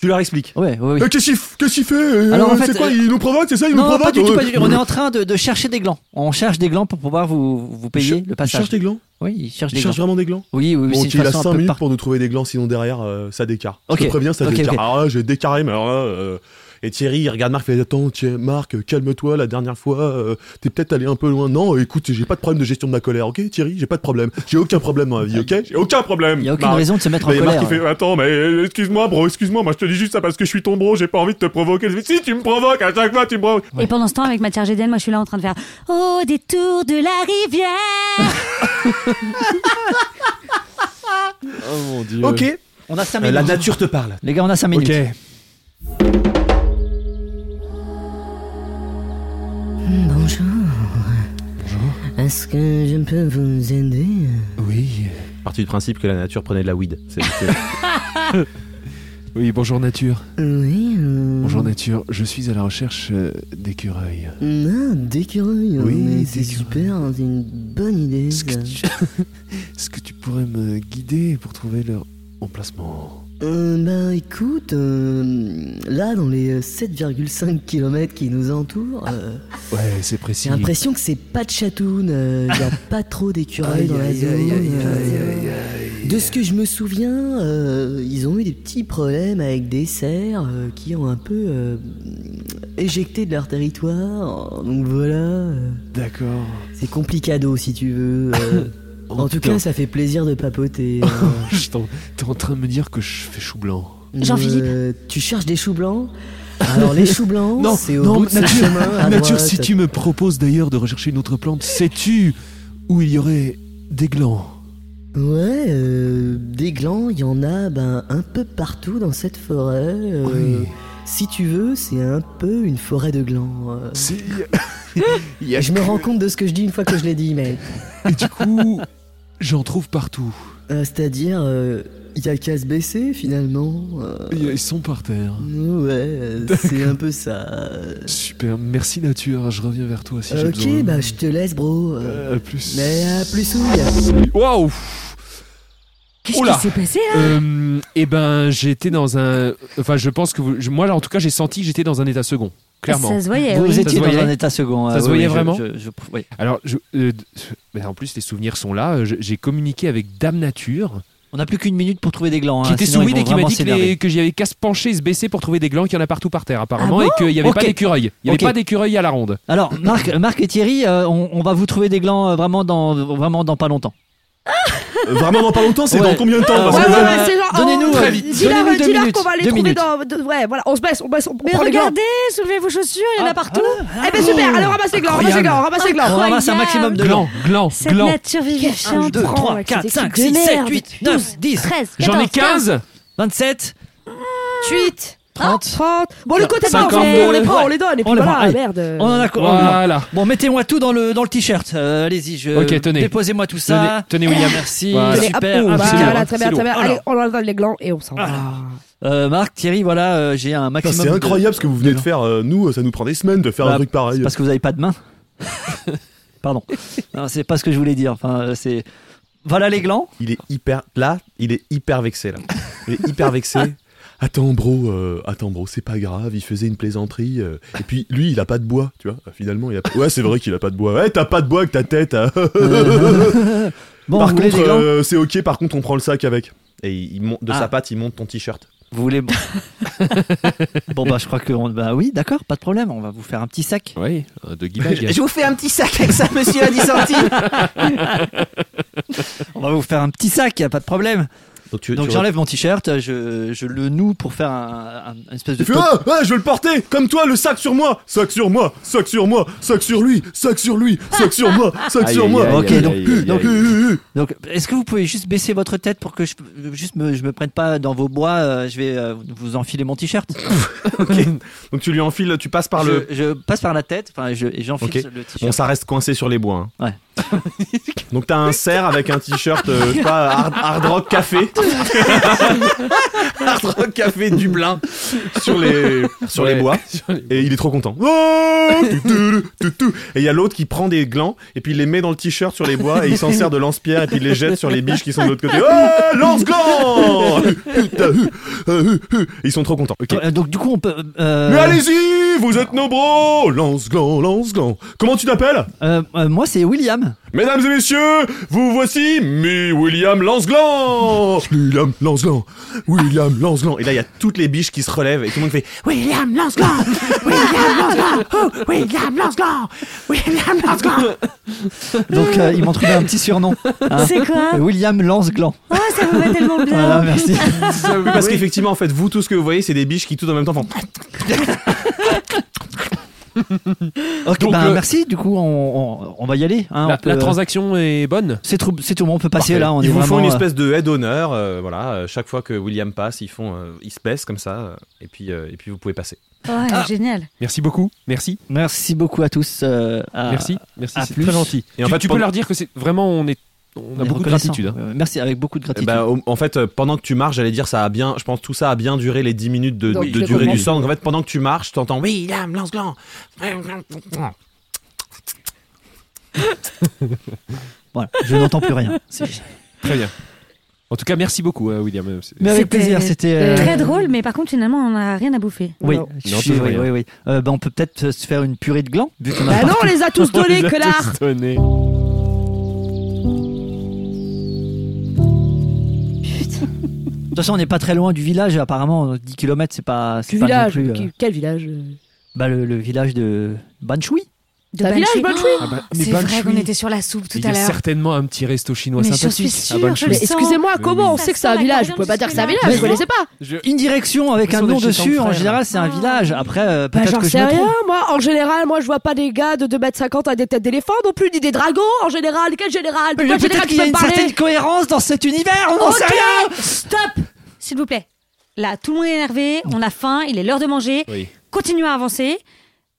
H: Tu leur expliques.
A: Ouais, ouais, ouais.
B: Eh, Qu'est-ce qu'il f- qu'est-ce qu'il fait euh,
A: Alors, en fait,
B: C'est quoi
A: euh,
B: Il nous provoque, c'est ça Il nous
A: Non,
B: provoque
A: pas du tout,
B: euh,
A: pas du tout. On est en train de, de chercher des glands. On cherche des glands pour pouvoir vous, vous payer le
B: Il
A: passage.
B: cherche des glands
A: Oui, ils cherchent
B: Il
A: des glands.
B: cherche vraiment des glands
A: Oui, oui, oui,
B: Bon,
A: c'est
B: tu
A: une
B: as
A: façon
B: 5
A: un peu
B: minutes
A: par-
B: pour nous trouver des glands, sinon derrière, euh, ça décarre. Je
A: Ok.
B: te préviens, ça
A: Ok,
B: décarre.
A: ok.
B: Alors là, j'ai décarré, mais alors là, euh, Et Thierry, il regarde Marc, il fait Attends, tiens, Marc, euh, calme-toi, la dernière fois, euh, t'es peut-être allé un peu loin. Non, euh, écoute, j'ai pas de problème de gestion de ma colère, ok, Thierry J'ai pas de problème. J'ai aucun problème dans la vie, ok J'ai aucun
A: (laughs)
B: problème
A: Il n'y a aucune
B: Marc.
A: raison de se mettre en
B: Mais Marc,
A: colère.
B: Bah, il fait Attends, mais euh, excuse-moi, bro, excuse-moi, moi je te dis juste ça parce que je suis ton bro, j'ai pas envie de te provoquer. Je fais, Si, tu me provoques, à chaque fois, tu me provoques.
A: Ouais.
D: Et pendant ce temps, avec ma Gédienne, moi, je suis là en train de faire Oh, détour de la rivière
C: Oh mon dieu.
H: Ok.
A: hein. On a 5
H: Euh,
A: minutes.
H: la nature te parle.
A: Les gars, on a 5 minutes.
C: Ok.
I: Bonjour. Est-ce que je peux vous aider
C: Oui.
H: Parti du principe que la nature prenait de la weed. C'est- c'est- (laughs)
C: Oui, bonjour nature.
I: Oui. euh,
C: Bonjour nature. Je suis à la recherche euh, d'écureuils.
I: Ah, d'écureuil.
C: Oui,
I: mais c'est
C: d'écureuil.
I: super, hein, c'est une bonne idée.
C: Est-ce que,
I: ça.
C: tu... (laughs) Est-ce que tu pourrais me guider pour trouver leur emplacement
I: Euh, bah écoute, euh, là dans les euh, 7,5 km qui nous entourent,
C: Ah,
I: euh,
C: Ouais, c'est précis.
I: j'ai l'impression que c'est pas de chatoune, euh, il
C: (laughs)
I: y a pas trop d'écureuils
C: Aïe,
I: dans la
C: aïe,
I: zone.
C: aïe, aïe, aïe,
I: euh,
C: aïe, aïe.
I: De ce que je me souviens, euh, ils ont eu des petits problèmes avec des cerfs euh, qui ont un peu euh, éjecté de leur territoire. Donc voilà, euh,
C: D'accord.
I: c'est complicado si tu veux.
C: (laughs)
I: euh. en tout cas, ça fait plaisir de papoter. euh.
C: Je t'en- T'es en train de me dire que je fais chou blanc.
D: Jean-Philippe
I: Euh, Tu cherches des choux blancs Alors les choux blancs,
C: Non,
I: c'est au
C: non,
I: bout de ce
C: nature,
I: chemin à
C: Nature,
I: droite.
C: si tu me proposes d'ailleurs de rechercher une autre plante, sais-tu où il y aurait des glands
I: Ouais, euh, des glands, il y en a ben, un peu partout dans cette forêt. euh,
C: Oui.
I: Si tu veux, c'est un peu une forêt de glands. euh.
C: C'est. Il
I: Je me rends compte de ce que je dis une fois que je l'ai dit, mais...
C: Et du coup, j'en trouve partout.
I: Euh, C'est-à-dire, euh, il y a qu'à se baisser finalement. euh,
C: Ils sont par terre.
I: ouais, euh, c'est un peu ça.
C: Super, merci nature, je reviens vers toi si j'ai besoin.
I: ok, bah je te laisse, bro. euh,
C: Euh, à plus.
I: Mais à plus, ouille.
C: Waouh
D: Qu'est-ce
C: Oula.
D: qui s'est passé là
C: Euh, Eh ben, j'étais dans un. Enfin, je pense que. vous- je- Moi, là, en tout cas, j'ai senti que j'étais dans un état second. Clairement.
D: Ça se
E: Eh
D: voyait.
A: Vous
D: oui.
C: Ça
A: étiez
C: se
A: dans
C: voyait
A: un état second.
C: Ça
A: euh,
C: se
A: oui,
C: voyait
A: oui, je-
C: vraiment
A: je- je- oui.
C: Alors, je, euh, d- mais en plus, les souvenirs sont là. Euh, je- J'ai communiqué avec Dame Nature,
A: On n'a plus qu'une minute pour trouver des glands.
C: qui
A: hein,
C: était
A: sinon, ils
C: sous vide
A: vont
C: et qui m'a
A: vraiment
C: dit que,
A: s'énerver.
C: les- que j'y avais qu'à se pencher et se baisser pour trouver des glands qu'il y en a partout par terre, apparemment,
D: Ah
C: et qu'il n'y avait
A: Ok.
C: pas d'écureuil. Il n'y avait
A: Ok.
C: pas d'écureuil à la ronde.
A: Alors, Marc, Marc et Thierry, euh, on, on va vous trouver des glands euh, vraiment, dans, vraiment dans pas longtemps.
B: Euh, Vraiment, dans pas longtemps, c'est
A: Ouais.
B: dans combien de temps parce
E: Ouais,
B: que-
E: ouais,
A: Euh,
E: ouais, c'est genre.
A: donnez-nous,
E: oh,
A: très vite.
E: Dis-leur
A: Donnez-nous deux
E: dis-leur
A: minutes.
E: qu'on va les
A: Deux
E: trouver
A: minutes.
E: dans. de- Ouais, voilà, on se baisse, on baisse, on, on
D: Mais
E: prend les gants.
D: regardez, soulevez vos chaussures, il y en a
A: Ah,
D: partout.
A: ah,
E: Eh ben super, allez, on ramasse les glands, on ramasse les
C: Incroyable.
E: glands, on ramasse les
A: On
E: glands.
D: Incroyable.
A: ramasse un maximum de glands.
C: Gland, gland,
D: Cette
C: gland.
D: nature vivifiante.
A: 1, 2,
E: prends,
A: 3,
E: avec
A: 4,
E: cette
A: 5,
E: équipe
A: 6,
E: de
A: 7,
E: merde.
A: 8, 9, 10,
D: 13,
C: J'en ai
D: 14,
C: 15
A: 27,
E: 28,
A: 30.
E: 30. Bon, le côté pas, on s'en fout,
C: 52.
E: on les prend, on les donne, et puis
A: On les prend,
E: voilà,
A: allez.
E: merde.
A: On en a co-
C: Voilà.
A: Bon, mettez-moi tout dans le, dans le t-shirt. Euh, Allez-y, je.
C: Ok, tenez.
A: Déposez-moi tout ça.
C: Tenez, tenez, William.
A: Merci.
C: Voilà.
E: Allez, hop,
A: Super.
E: oh,
A: impeccable.
E: Voilà, très
C: C'est
E: bien,
C: lourd.
E: très bien.
A: Alors.
E: Allez, on en donne les glands et on s'en va.
A: Alors. Euh, Marc, Thierry, voilà, euh, j'ai un
B: Putain,
A: maximum.
B: C'est
A: de-
B: incroyable ce que vous venez de faire. euh, Nous, euh, ça nous prend des semaines de faire
A: Bah,
B: un truc pareil.
A: C'est parce que vous n'avez pas de main. Pardon. Non, c'est pas ce que je voulais dire. Enfin, euh, c'est. Voilà les glands.
H: Il est hyper. Là, il est hyper vexé. Là. Il est hyper vexé.
B: Attends bro, euh, attends bro, c'est pas grave, il faisait une plaisanterie. euh, et puis lui, (laughs) il a pas de bois, tu vois. Ah, Finalement, il a. pas- Ouais, c'est vrai qu'il a pas de bois. Ouais, t'as pas de bois avec ta tête. ah.
A: Bon,
B: par
A: vous voulez
B: contre,
A: des glands
B: euh, c'est ok. Par contre, on prend le sac avec.
H: Et il, il monte de
A: Ah.
H: sa patte, il monte ton t-shirt.
A: Vous voulez. bon, bah, je crois que. on- Bah oui, d'accord, pas de problème. On va vous faire un petit sac.
C: Oui, de guimage.
I: vous fais un petit sac avec ça, monsieur, à 10 centimes.
A: On va vous faire un petit sac, y a pas de problème.
H: Donc, tu,
A: Donc
H: tu-
A: j'enlève mon t-shirt, je, je le noue pour faire un, un- une espèce de.
B: Tu fais
A: top-
B: ah, ah, je veux le porter Comme toi, le sac sur moi Sac sur moi Sac sur moi Sac sur lui Sac sur lui Sac sur moi Sac
H: Aïe,
B: sur
H: aïe,
B: moi
H: aïe,
A: Ok,
H: aïe,
A: donc-
H: aïe, aïe,
A: donc-
H: aïe.
B: Euh, euh, euh.
A: Donc, est-ce que vous pouvez juste baisser votre tête pour que je juste me, je me prenne pas dans vos bois euh, Je vais euh, vous enfiler mon t-shirt.
H: Donc tu lui enfiles, tu passes par le.
A: Je, je passe par la tête, enfin, je- et j'enfile
H: Ok.
A: le t-shirt.
H: Bon, ça reste coincé sur les bois. hein. (laughs) Donc t'as un cerf avec un t-shirt, euh, je sais pas, hard, hard rock café. (laughs) hard rock café Dublin sur les, (laughs) sur les
C: Ouais.
H: bois. Et il est trop content. Oh, tu, tu, tu, tu. Et il y a l'autre qui prend des glands et puis il les met dans le t-shirt sur les bois et il s'en sert de lance-pierre et puis il les jette sur les biches qui sont de l'autre côté. Oh, (laughs) lance-gland Ils sont trop contents. Ok.
A: Euh, donc, du coup, on peut. euh,
B: Mais allez-y Vous êtes nombreux Lance-gland, lance-gland
H: Comment tu t'appelles
A: euh, euh, moi, c'est William.
B: Mesdames et messieurs, vous voici Mi William Lansglan William Lansglan William Lansglan
H: Et là, il y a toutes les biches qui se relèvent et tout le monde fait William Lansglan William Lansglan oh, William Lansglan William Lansglan
A: Donc, euh, ils m'ont trouvé un petit surnom. hein.
D: C'est quoi
A: William Lance-Gland.
D: Oh,
E: Ah,
D: ça vous va tellement bien.
A: Voilà, merci.
H: Parce qu'effectivement, en fait, vous, tout ce que vous voyez, c'est des biches qui tout en même temps font
A: Ok,
C: Donc,
A: ben,
C: euh,
A: merci. Du coup, on, on- on va y aller. hein,
C: La,
A: on peut-
C: la transaction est bonne.
A: C'est tout, c'est tout bon, on peut passer
H: Parfait.
A: là. On
H: Ils
A: est
H: vous font
A: vraiment,
H: une
A: euh,
H: espèce de head d'honneur. euh, voilà, euh, chaque fois que William passe, ils, font, euh, ils se baissent comme ça. euh, et, puis, euh, et puis, vous pouvez passer.
D: Ouais, génial.
C: Merci beaucoup. Merci.
A: Merci beaucoup à tous. euh, à-
C: merci. Merci.
A: à
C: C'est
A: plus.
C: très gentil.
H: Et en
C: tu
H: fait,
C: tu peux
H: pendant-
C: leur dire que c'est vraiment on est
A: on
C: on a
A: est
C: beaucoup de
A: reconnaissant.
C: gratitude. hein.
A: Euh, Merci, avec beaucoup de
H: Eh
A: gratitude.
H: ben, au- en fait, euh, pendant que tu marches, j'allais dire, ça a bien. Je pense que tout ça a bien duré les 10 minutes de,
E: Donc,
H: de
E: je
H: durée
E: comprends.
H: du sang. Donc, en fait, pendant que tu marches, t'entends William Lansglan
A: Voilà, je n'entends plus
E: (laughs)
A: rien. C'est-
C: Très bien. En tout cas, merci beaucoup, euh, William. C'est- (laughs)
A: Mais avec
D: C'était-
A: plaisir, c'était. euh,
D: Très drôle, mais par contre, finalement, on n'a rien à bouffer.
A: Oui,
E: Non.
A: je
C: Non,
A: suis-
C: toujours
A: oui,
C: rien.
A: oui, oui. Euh, ben, on peut peut-être euh, se faire une purée de gland, vu qu'on a
E: Bah
A: pas-
E: non, on les
A: (laughs)
E: a tous donnés, connard
C: Donné.
A: De toute façon, on n'est pas très loin du village, apparemment. 10 km, c'est pas. c'est
E: Du
A: pas non
E: village
A: plus, euh,
E: qui- Quel village euh
A: bah, le, le village de Banshui.
D: De
E: Un village,
D: Banshui.
E: Banshui
D: Oh,
C: Ah bah, mais
D: C'est vrai
C: Banshui,
D: qu'on était sur la soupe tout
C: Il y
D: à
C: a
D: l'heure.
C: certainement un petit resto chinois Ah,
D: Mais j'en suis
C: sympathique.
D: sûre,
C: à Banshui.
D: je
E: Mais
D: le sens.
E: excusez-moi,
C: Mais
E: comment
C: oui.
E: on
D: Ça
E: sait que c'est un
D: sent la
E: village Vous
D: garde
E: pouvez pas Bah,
D: jusque
E: dire que c'est
D: là.
E: un village, vous
A: Mais-
E: connaissez pas
C: Je-
A: Une direction avec
C: Mais
A: un
C: on est
A: nom
C: chez ton
A: dessus. En
C: frère.
A: général, c'est un
D: Ah.
A: village. Après, euh,
E: Bah
A: peut-être
E: j'en
A: que je
E: sais
A: me
E: rien,
A: trompe.
E: moi en général, moi je vois pas des gars de 2m50 à des têtes d'éléphants non plus, ni des dragons en général, quel général
A: Mais
E: Quel
A: Peut-être qu'il
E: général tu
A: y
E: peux
A: a
E: me
A: une
E: parler
A: certaine cohérence dans cet univers. On n'en sait
D: Ok,
A: rien.
D: Stop S'il vous plaît. Là, tout le monde est énervé, on a faim, il est l'heure de manger.
C: Oui.
D: Continuez à avancer.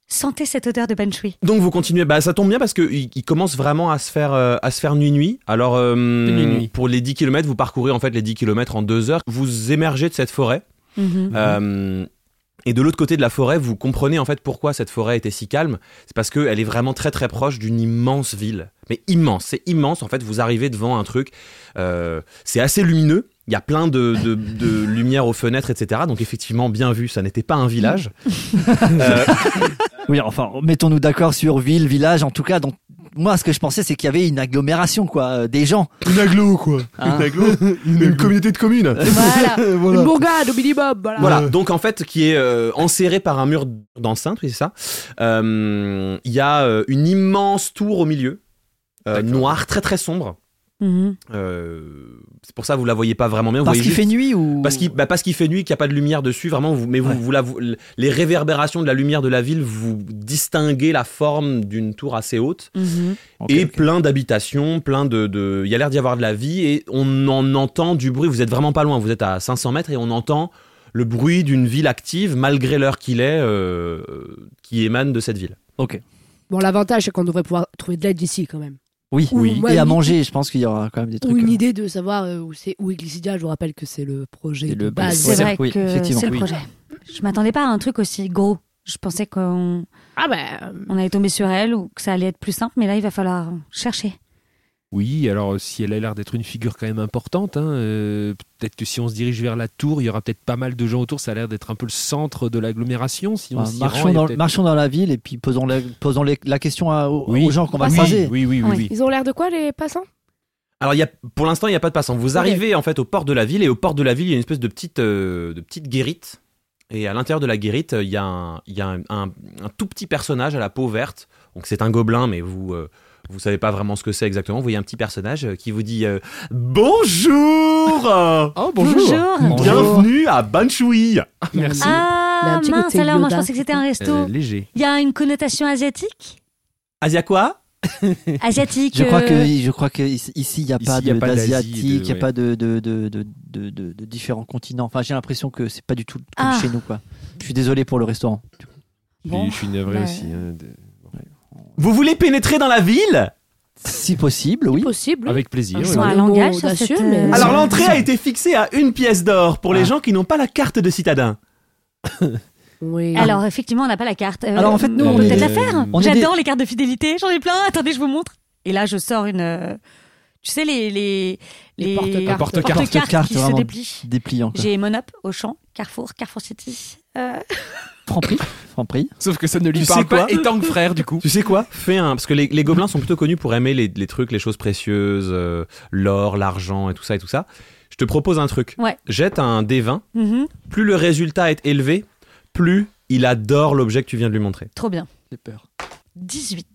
D: Sentez cette odeur de banshui.
H: Donc, vous continuez. Bah, ça tombe bien parce qu'il il commence vraiment à se faire, euh, à se faire nuit-nuit. Alors, euh,
C: nuit-nuit.
H: pour les 10 km, vous parcourez en fait les 10 km en 2 heures. Vous émergez de cette forêt.
D: Mhm.
H: Euh, et de l'autre côté de la forêt, vous comprenez en fait pourquoi cette forêt était si calme. C'est parce qu'elle est vraiment très très proche d'une immense ville. Mais immense, c'est immense. En fait, vous arrivez devant un truc. euh, c'est assez lumineux. Il y a plein de, de, de lumière aux fenêtres, etc. Donc effectivement, bien vu, ça n'était pas un village. Euh,
A: Oui, enfin, mettons-nous d'accord sur ville, village, en tout cas. Donc, moi, ce que je pensais, c'est qu'il y avait une agglomération, quoi, euh, des gens.
B: Une aglo, quoi
A: Ah.
B: Une aglo Une, communauté de communes
E: Voilà,
C: (laughs)
B: Voilà.
E: une bourgade au minimum, voilà.
H: Voilà, donc en fait, qui est euh, enserré par un mur d'enceinte, oui, c'est ça. Euh, Il y a euh, une immense tour au milieu, euh, noire, très très sombre.
D: Mhm.
H: Euh, c'est pour ça que vous la voyez pas vraiment bien. vous
A: Parce
H: voyez
A: qu'il
H: juste-
A: fait nuit ou.
H: parce qu'il bah, parce qu'il fait nuit, qu'il n'y a pas de lumière dessus, vraiment. Vous, mais vous,
A: Ouais.
H: vous la- vous- les réverbérations de la lumière de la ville, vous distinguez la forme d'une tour assez haute
D: Mhm.
A: Ok,
H: et
A: ok.
H: plein d'habitations, plein de, de- il y a l'air d'y avoir de la vie et on en entend du bruit. Vous êtes vraiment pas loin. Vous êtes à 500 mètres et on entend le bruit d'une ville active malgré l'heure qu'il est, euh, euh, qui émane de cette ville.
A: Ok.
E: Bon l'avantage c'est qu'on devrait pouvoir trouver de l'aide d'ici quand même.
A: Oui.
E: Ou Oui. moi,
A: Et à
E: une-
A: manger, je pense qu'il y aura quand même des
E: Ou
A: trucs.
E: une
A: euh,
E: idée de savoir euh, où c'est où est Glycidia, je vous rappelle que c'est le projet
A: C'est
E: de
A: le-
E: base.
A: Ouais,
D: C'est vrai
A: oui,
D: que
A: effectivement,
D: c'est le
A: oui.
D: projet. Je m'attendais pas à un truc aussi gros. Je pensais qu'on
E: Ah bah
D: on allait tomber sur elle ou que ça allait être plus simple, mais là, il va falloir chercher.
C: Oui, alors euh, si elle a l'air d'être une figure quand même importante, hein, euh, peut-être que si on se dirige vers la tour, il y aura peut-être pas mal de gens autour. Ça a l'air d'être un peu le centre de l'agglomération. Si on
A: Enfin,
C: s'y rend,
A: Bah, marchons,
C: il y a
A: dans,
C: peut-être-
A: marchons dans la ville et puis posons la, posons les- la question à- aux,
C: Oui.
A: aux gens qu'on va
E: Ah,
C: oui,
A: croiser.
C: Oui, oui, oui.
D: Ouais.
C: oui.
E: ils ont l'air de quoi les passants
H: Alors, il y a, pour l'instant, il n'y a pas de passant. Vous
E: Ok.
H: arrivez en fait au port de la ville et au port de la ville, il y a une espèce de petite, euh, de petite guérite. Et à l'intérieur de la guérite, euh, il y a, un, il y a un, un- un tout petit personnage à la peau verte. Donc, c'est un gobelin, mais vous, euh, Vous savez pas vraiment ce que c'est exactement. Vous voyez un petit personnage euh, qui vous dit euh, (laughs) Bonjour euh,
C: Oh, Ah,
A: Bonjour.
H: Bienvenue à Banshui
C: Merci.
E: Il y a un
D: Ah
E: petit
D: mince,
E: côté
D: alors moi je
E: Yoda.
D: pensais que c'était un
C: Euh,
D: resto.
C: léger.
D: Il y a une connotation asiatique
H: Asia quoi
D: Asiatique.
A: Je crois
D: euh,
A: que je crois que ici il n'y a
C: Ici,
A: pas
C: il y a
A: de-
C: pas d'Asie,
A: d'asiatique,
C: de-
A: il n'y a
C: ouais.
A: pas de de, de, de, de- de- de différents continents. Enfin, j'ai l'impression que c'est pas du tout comme
D: Ah.
A: chez nous quoi. Je suis désolé pour le restaurant.
D: Bon,
C: Je suis navré
D: bah,
C: aussi. hein, de-
H: Vous voulez pénétrer dans la ville
A: Si possible, oui.
E: Possible.
C: Avec plaisir.
D: Ils
C: oui,
D: sont
C: oui.
D: à
E: Le
D: langage
E: mot
D: sur
E: audacieux,
D: cette,
E: mais-
D: euh,
H: Alors l'entrée a été fixée à une pièce d'or pour les gens qui n'ont pas la carte de citadin.
E: Oui.
D: Alors effectivement, on n'a pas la carte. Euh,
A: Alors, en fait, nous,
D: on
A: on
D: peut
A: est-
D: peut-être la faire.
A: on est
D: J'adore les cartes de fidélité. J'en ai plein. Attendez, je vous montre. Et là, je sors une. euh, Tu sais les les
E: Les porte-cartes.
D: porte-cartes
A: Porte-cartes,
D: qui se
A: vraiment.
D: déplient.
A: Dépliant. quoi.
D: J'ai Monop, Auchan, Carrefour, Carrefour City. Euh,
A: (laughs) Franprix, Franprix.
C: Sauf que ça ne lui
H: Tu
C: parle
H: sais quoi
C: pas. Et tant que frère, du coup.
H: Tu sais quoi Fais un parce que les, les gobelins sont plutôt connus pour aimer les, les trucs, les choses précieuses, euh, l'or, l'argent et tout ça et tout ça. Je te propose un truc.
D: Ouais.
H: Jette un D20.
D: mhm,
H: Plus le résultat est élevé, plus il adore l'objet que tu viens de lui montrer.
D: Trop bien.
A: J'ai peur.
D: 18.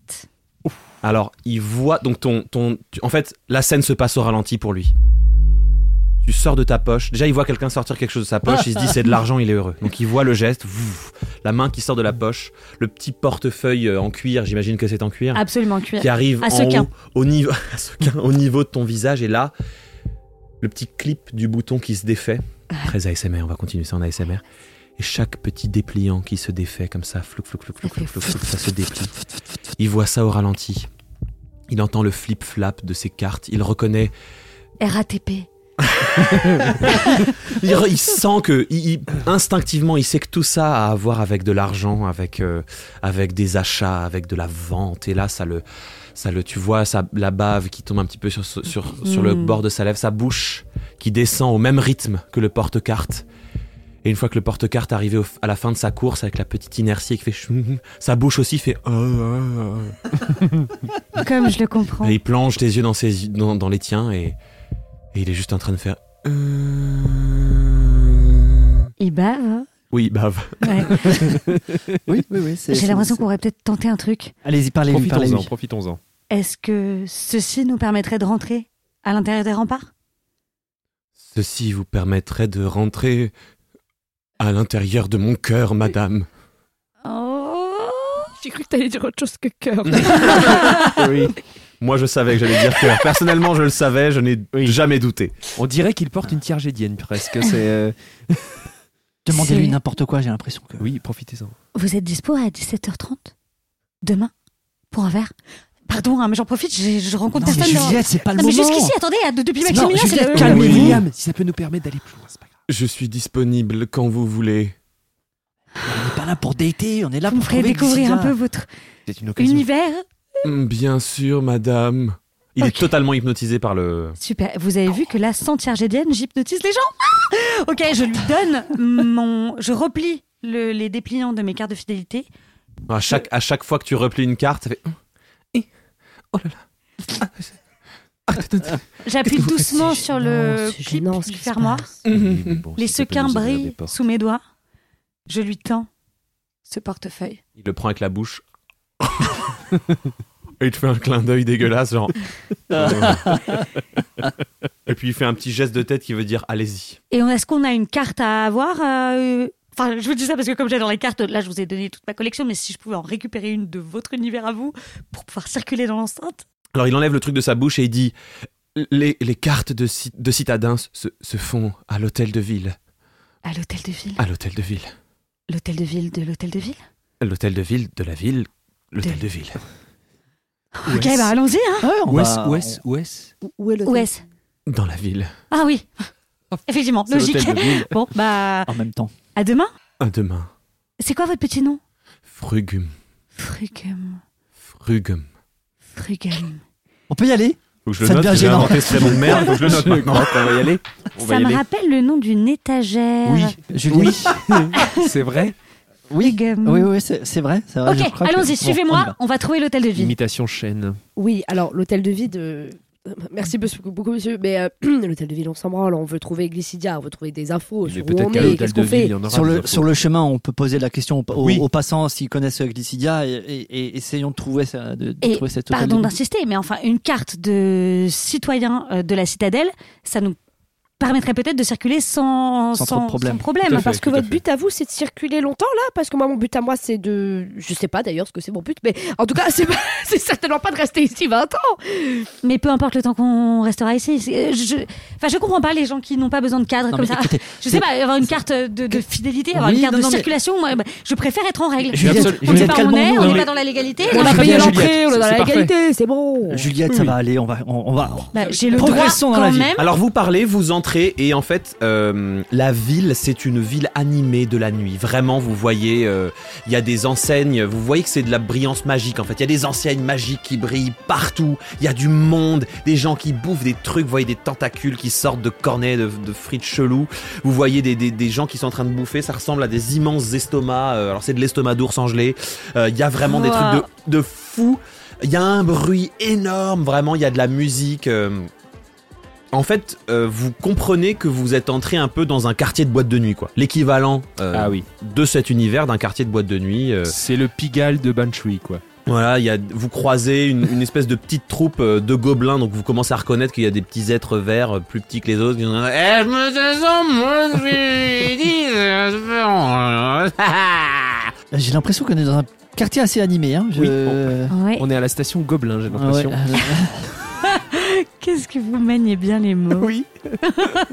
H: Alors, il voit donc ton ton tu- en fait, la scène se passe au ralenti pour lui. Tu sors de ta poche. Déjà, il voit quelqu'un sortir quelque chose de sa poche. Il se dit c'est de l'argent, il est heureux. Donc, il voit le geste, vouf, la main qui sort de la poche, le petit portefeuille euh, en cuir. J'imagine que c'est en
A: Ah.
H: cuir.
D: Absolument cuir.
H: qui arrive
D: À
H: en
D: sequin.
H: haut, au niveau, (laughs) à sequin, au niveau de ton visage. Et là, le petit clip du bouton qui se défait. Très ASMR, on va continuer ça en ASMR. Et chaque petit dépliant qui se défait comme ça, flouk, flouk, flouk, flouk, flouk, flouk, flouk, ça se déplie. Il voit ça au ralenti. Il entend le flip-flap de ses cartes. Il reconnaît.
D: RATP.
H: Il, re- il sent que. il- il- instinctivement, il sait que tout ça a à voir avec de l'argent, avec, euh, avec des achats, avec de la vente. Et là, ça le. ça le tu vois ça, la bave qui tombe un petit peu sur, sur, sur le
D: Mm.
H: bord de sa lèvre, sa bouche qui descend au même rythme que le porte-carte. Et une fois que le porte-carte arrivé au- à la fin de sa course avec la petite inertie qui fait choum, sa bouche aussi fait Ah, ah, ah.
D: Comme je le comprends.
H: et il plonge tes yeux dans ses yeux- dans, dans les tiens et, et il est juste en train de faire euh,
D: Il bave. hein.
H: oui bave
D: Ouais.
A: Oui, oui, oui. (laughs) c'est-
D: J'ai
A: c'est-
D: l'impression
A: c'est-
D: qu'on pourrait peut-être tenter un truc.
A: Allez-y, parlez-lui,
C: Profitons-en.
A: parlez-lui.
C: Profitons-en.
D: Est-ce que ceci nous permettrait de rentrer à l'intérieur des remparts
H: ceci vous permettrait de rentrer à l'intérieur de mon cœur madame
D: Oh
E: J'ai cru que t'allais dire autre chose que cœur.
C: Oui.
H: moi je savais que j'allais dire cœur personnellement je le savais je n'ai
C: Oui.
H: jamais douté
C: On dirait qu'il porte une tiergédienne presque. C'est euh,
A: Demandez-lui
D: C'est-
A: n'importe quoi, j'ai l'impression que.
C: oui, profitez-en.
D: Vous êtes dispo à 17h30 Demain Pour un verre Pardon, hein, mais j'en profite, j'ai- je rencontre
A: Non, mais
D: personne. dans-
A: Juliette, c'est pas le
D: Non, mais
A: moment.
D: jusqu'ici, attendez, à- depuis
A: Non,
D: Maximilien, c'est
A: Juliette,
D: le...
A: calme.
H: Oui.
C: William, si ça peut nous permettre d'aller plus loin, c'est pas grave.
H: je suis disponible quand vous voulez
A: On n'est pas là pour dater, on est là
D: Vous me
A: pour
D: ferez
A: trouver
D: découvrir un
A: Priscilla.
D: peu votre
C: C'est une occasion.
D: univers.
H: Bien sûr, madame. Il
D: Ok.
H: est totalement hypnotisé par le.
D: Super, vous avez vu que la centiargédienne, j'hypnotise les gens Ah Ok, je lui donne mon... Je replie le- les dépliants de mes cartes de fidélité
H: À chaque, à chaque fois que tu replies une carte, ça fait.
D: J'appuie doucement sur le
E: C'est
D: clip
E: gênant, ce
D: du
E: qui se
D: fermoir.
E: passe.
C: Oui, mais bon,
D: Les
C: si ça peut
D: sequins
C: nous ouvrir des
D: brillent
C: portes.
D: sous mes doigts. Je lui tends ce portefeuille.
H: Il le prend avec la bouche. (laughs) Et il te fait un clin d'œil dégueulasse, genre. Et puis il fait un petit geste de tête qui veut dire allez-y.
D: Et on- est-ce qu'on a une carte à avoir euh, Enfin, je vous dis ça parce que comme j'ai dans les cartes, là, je vous ai donné toute ma collection, mais si je pouvais en récupérer une de votre univers à vous pour pouvoir circuler dans l'enceinte.
H: Alors il enlève le truc de sa bouche et il dit Les, les cartes de, ci- de citadins se, se font à l'hôtel de ville.
D: À l'hôtel de ville.
H: À l'hôtel de ville.
D: L'hôtel de ville de l'hôtel de ville.
H: L'hôtel de ville de la ville. L'hôtel de ville.
D: Ok, bah allons-y, hein
A: Ouais, Ah, on
C: Où
A: va-
C: est-ce Où est-ce Où est-ce
E: Où est le
D: Où est-ce
H: Dans la ville.
D: Ah
C: (laughs)
D: oui Effectivement,
C: C'est
D: logique.
C: l'hôtel de ville.
D: (laughs) Bon, bah,
A: on- En même temps.
D: à demain.
H: À demain.
D: C'est quoi votre petit nom
H: Frugum.
D: Frugum.
H: Frugum.
D: Frugum.
A: On peut y aller
H: Faut que je
A: Ça
H: le note,
A: devient
H: j'ai
A: gênant.
H: inventé ce prénom de merde, faut que je le note maintenant.
C: On va y aller. On va
D: Ça
C: y
D: me
C: aller.
D: rappelle le nom d'une étagère.
C: Oui,
A: Juliette
C: oui. c'est vrai.
A: Oui,
C: Ah
D: Frugum.
A: oui, oui, c'est c'est vrai. c'est vrai, Ah, je
D: Ok,
A: crois que-
D: allons-y,
A: Bon, on y
D: suivez-moi,
A: va.
D: on va trouver l'hôtel de ville.
C: Imitation chaîne.
E: Oui, alors l'hôtel de ville, euh, Merci beaucoup, beaucoup, monsieur. Mais euh, (clears throat) l'hôtel de ville, on s'en branle. On veut trouver Glycidia, on veut trouver des infos sur où on
C: qu'à
E: est,
C: l'hôtel
E: qu'est-ce
C: de
E: qu'on
C: ville, il
E: fait.
C: y en aura
A: Sur
C: des
A: le,
C: infos.
A: sur le chemin, on peut poser la question aux, aux-
C: Oui.
A: aux passants s'ils connaissent Glycidia et, et- et essayons de trouver, ça, de, de
D: Et
A: trouver cette hôtel
D: Pardon
A: de-
D: d'insister, mais enfin, une carte de citoyen euh, de la citadelle, ça nous permettrait peut-être de circuler sans,
A: Sans trop de problème.
D: problème.
H: fait,
E: Parce que
H: tout à
E: votre
H: fait.
E: but à vous, c'est de circuler longtemps là Parce que moi, mon but à moi, c'est de. Je sais pas d'ailleurs ce que c'est mon but, mais en tout cas, c'est pas- (laughs) c'est certainement pas de rester ici 20 ans.
D: Mais peu importe le temps qu'on restera ici. c'est- euh, Je, je- enfin, je comprends pas les gens qui n'ont pas besoin de cadre
A: Non,
D: comme
A: mais
D: ça.
A: écoutez,
D: (laughs) je sais pas, avoir une carte de, de fidélité, avoir
A: Oui,
D: une carte
A: non,
D: de
A: non, mais-
D: circulation. Moi, bah, je préfère être en règle.
A: Juliette,
H: absolu-
D: on sait
A: Juliette,
D: pas où on est,
A: calmons-nous.
D: on
A: Non,
D: n'est
A: mais-
D: pas dans la légalité.
A: Non,
E: On
D: non,
A: très
E: a
D: mais-
E: payé
A: bien,
E: l'entrée,
A: Juliette,
E: on est dans
A: c'est
E: la
A: parfait.
E: légalité, c'est bon.
D: Euh,
A: Juliette, ça va aller, on va, on, on va.
D: Bah, J'ai le droit
A: Progressons dans la
D: quand
A: vie.
D: même.
H: Alors vous parlez, vous entrez et en fait euh, la ville c'est une ville animée de la nuit. Vraiment vous voyez, euh, il y a des enseignes, vous voyez que c'est de la brillance magique en fait. Il y a des enseignes magiques qui brillent partout, il y a du monde, des gens qui bouffent des trucs, vous voyez des tentacules qui sortent de cornets de, de frites chelous, vous voyez des, des- des gens qui sont en train de bouffer, ça ressemble à des immenses estomacs, euh, alors c'est de l'estomac d'ours en gelée, Euh, il y a vraiment des
D: Wow.
H: trucs de, de fou, il y a un bruit énorme, vraiment il y a de la musique. euh, en fait, euh, vous comprenez que vous êtes entré un peu dans un quartier de boîte de nuit, quoi. L'équivalent euh,
C: Ah oui.
H: de cet univers d'un quartier de boîte de nuit. euh,
C: C'est le Pigalle de Banshui, quoi.
H: voilà, il y a, vous croisez une, une espèce de petite troupe euh, de gobelins, donc vous commencez à reconnaître qu'il y a des petits êtres verts euh, plus petits que les autres. qui sont là, Eh, je me sens moins feliz.
A: J'ai l'impression qu'on est dans un quartier assez animé. Hein. Je-
C: Oui,
D: Ouais.
C: On est à la station Gobelin, j'ai
A: Ah ouais. (laughs)
C: l'impression.
D: Qu'est-ce que vous maniez bien les mots.
C: Oui.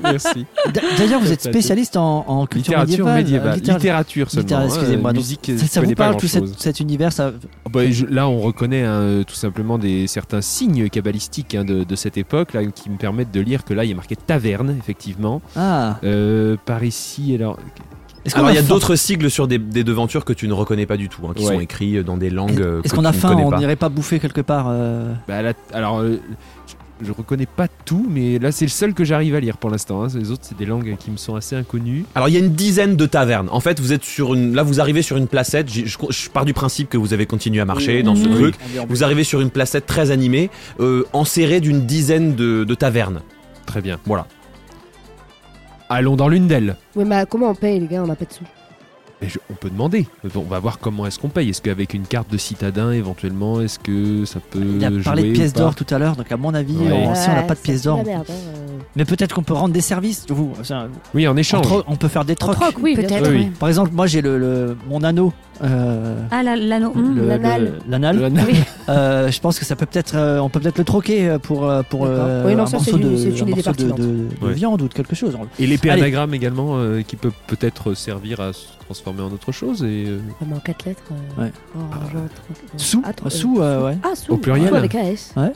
C: Merci.
A: D- D'ailleurs, vous êtes spécialiste en, en culture
C: Littérature
A: médiévale.
C: médiévale.
A: euh, littérature-
C: Littérature seulement.
A: littéraire,
C: hein,
A: excusez-moi,
C: euh,
A: donc,
C: Musique,
A: Ça, ça
C: je
A: vous
C: connais pas
A: parle tout
C: grand-chose.
A: cet, cet univers ça...
C: Ah bah, je- là, on reconnaît hein, tout simplement des, certains signes kabbalistiques hein, de, de cette époque là, qui me permettent de lire que là, il y a marqué taverne, effectivement.
A: Ah,
C: Euh, par ici, alors.
A: est-ce qu'on
H: Alors il y a
A: faim
H: d'autres sigles sur des, des devantures que tu ne reconnais pas du tout, hein, qui
C: Ouais.
H: sont écrits dans des langues. euh,
A: Est-ce
H: que
A: qu'on a
H: tu ne
A: faim
H: connais
A: On
H: pas.
A: n'irait pas bouffer quelque part euh,
C: Bah, là, alors euh, je, je reconnais pas tout, mais là, c'est le seul que j'arrive à lire pour l'instant. hein. Les autres, c'est des langues qui me sont assez inconnues.
H: Alors il y a une dizaine de tavernes. En fait, vous êtes sur une. Là, vous arrivez sur une placette. J'y- Je, je pars du principe que vous avez continué à marcher dans ce
D: Oui.
H: truc. Vous arrivez sur une placette très animée, euh, enserrée d'une dizaine de, de tavernes.
C: Très bien.
H: Voilà.
C: Allons dans l'une d'elles.
E: Ouais, mais comment on paye, les gars On n'a pas de sous.
C: Mais je- on peut demander. Bon, on va voir comment est-ce qu'on paye. Est-ce qu'avec une carte de citadin, éventuellement, est-ce que ça peut.
A: Il a parlé
C: jouer
A: de
C: ou
A: pièces
C: pas
A: d'or tout à l'heure, donc à mon avis,
C: Ouais.
A: on- si on n'a
E: Ouais,
A: pas de
E: ça,
A: pièces
E: c'est la
A: d'or, on-
E: merde, hein.
A: mais peut-être qu'on peut rendre des services. Vous, ça,
C: Oui, en
A: on,
C: échange.
A: tro- on peut faire des
E: En
A: trocs.
E: troc, oui, bien
D: Peut-être.
C: Oui,
D: ouais.
C: oui.
A: Par exemple, moi j'ai le, le- mon anneau. euh,
D: Ah la- l'anneau. hum,
A: le-
E: Mmh, l'anal.
A: le- l'anal.
C: Le-
A: Euh, je pense que ça peut peut-être, euh, on peut peut-être le troquer euh, pour euh, pour
E: D'accord.
A: euh,
E: Oui, non,
A: un
E: ça, c'est
A: morceau
E: une-
A: de
E: c'est une
A: un
E: idée
A: morceau de,
E: pertinente.
A: de- de
H: Ouais.
A: viande ou de quelque chose.
C: Et l'épée
A: Allez.
C: anagramme également, euh, qui peut peut-être servir à se transformer en autre chose. Et, euh,
E: Ah, mais en 4 lettres. euh,
A: Ouais. Ah.
E: en- en- en-
A: Sous,
E: Attends,
A: sous, euh, ouais.
E: Ah, sous.
C: Au pluriel.
E: sous avec AS.
C: voilà,
A: Ah.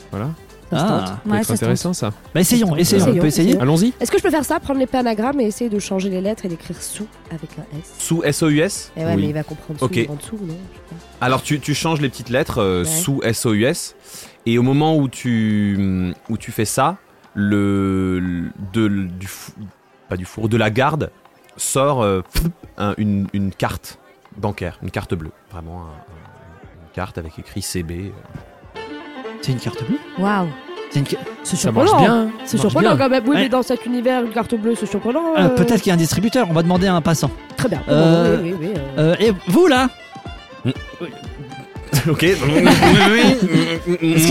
C: peut
D: Ouais,
C: être
D: ça se
C: intéressant ça.
A: Bah, essayons, essayons, on
E: Essayons,
A: peut essayer.
E: essayons.
C: Allons-y.
E: Est-ce que je peux faire ça Prendre les panagrammes et essayer de changer les lettres et d'écrire sous avec un S
H: Sous SOUS.
E: Eh ouais,
C: Oui.
E: mais il va comprendre sous
H: Ok.
E: en dessous, non Je sais pas.
H: Alors tu, tu changes les petites lettres euh,
E: Ouais.
H: sous SOUS. Et au moment où tu, où tu fais ça, le, le- de, du, fou- pas du four, de la garde sort euh, un- une, une carte bancaire, une carte bleue. Vraiment un- un- une carte avec écrit CB.
A: C'est une carte bleue.
D: Waouh.
A: C'est une ca-
E: C'est
C: Ça marche
E: surprenant. hein.
C: bien.
E: C'est
A: marche
E: surprenant
A: bien.
E: quand même. Oui,
A: Ouais.
E: mais dans cet univers, une carte bleue, c'est surprenant.
A: Ah,
E: euh,
A: Peut-être qu'il y a un distributeur. On va demander à un passant.
E: Très bien.
A: Euh,
E: Oui, oui, oui, euh.
A: Euh, et vous là
H: ok.
A: Moi, Oui, oui.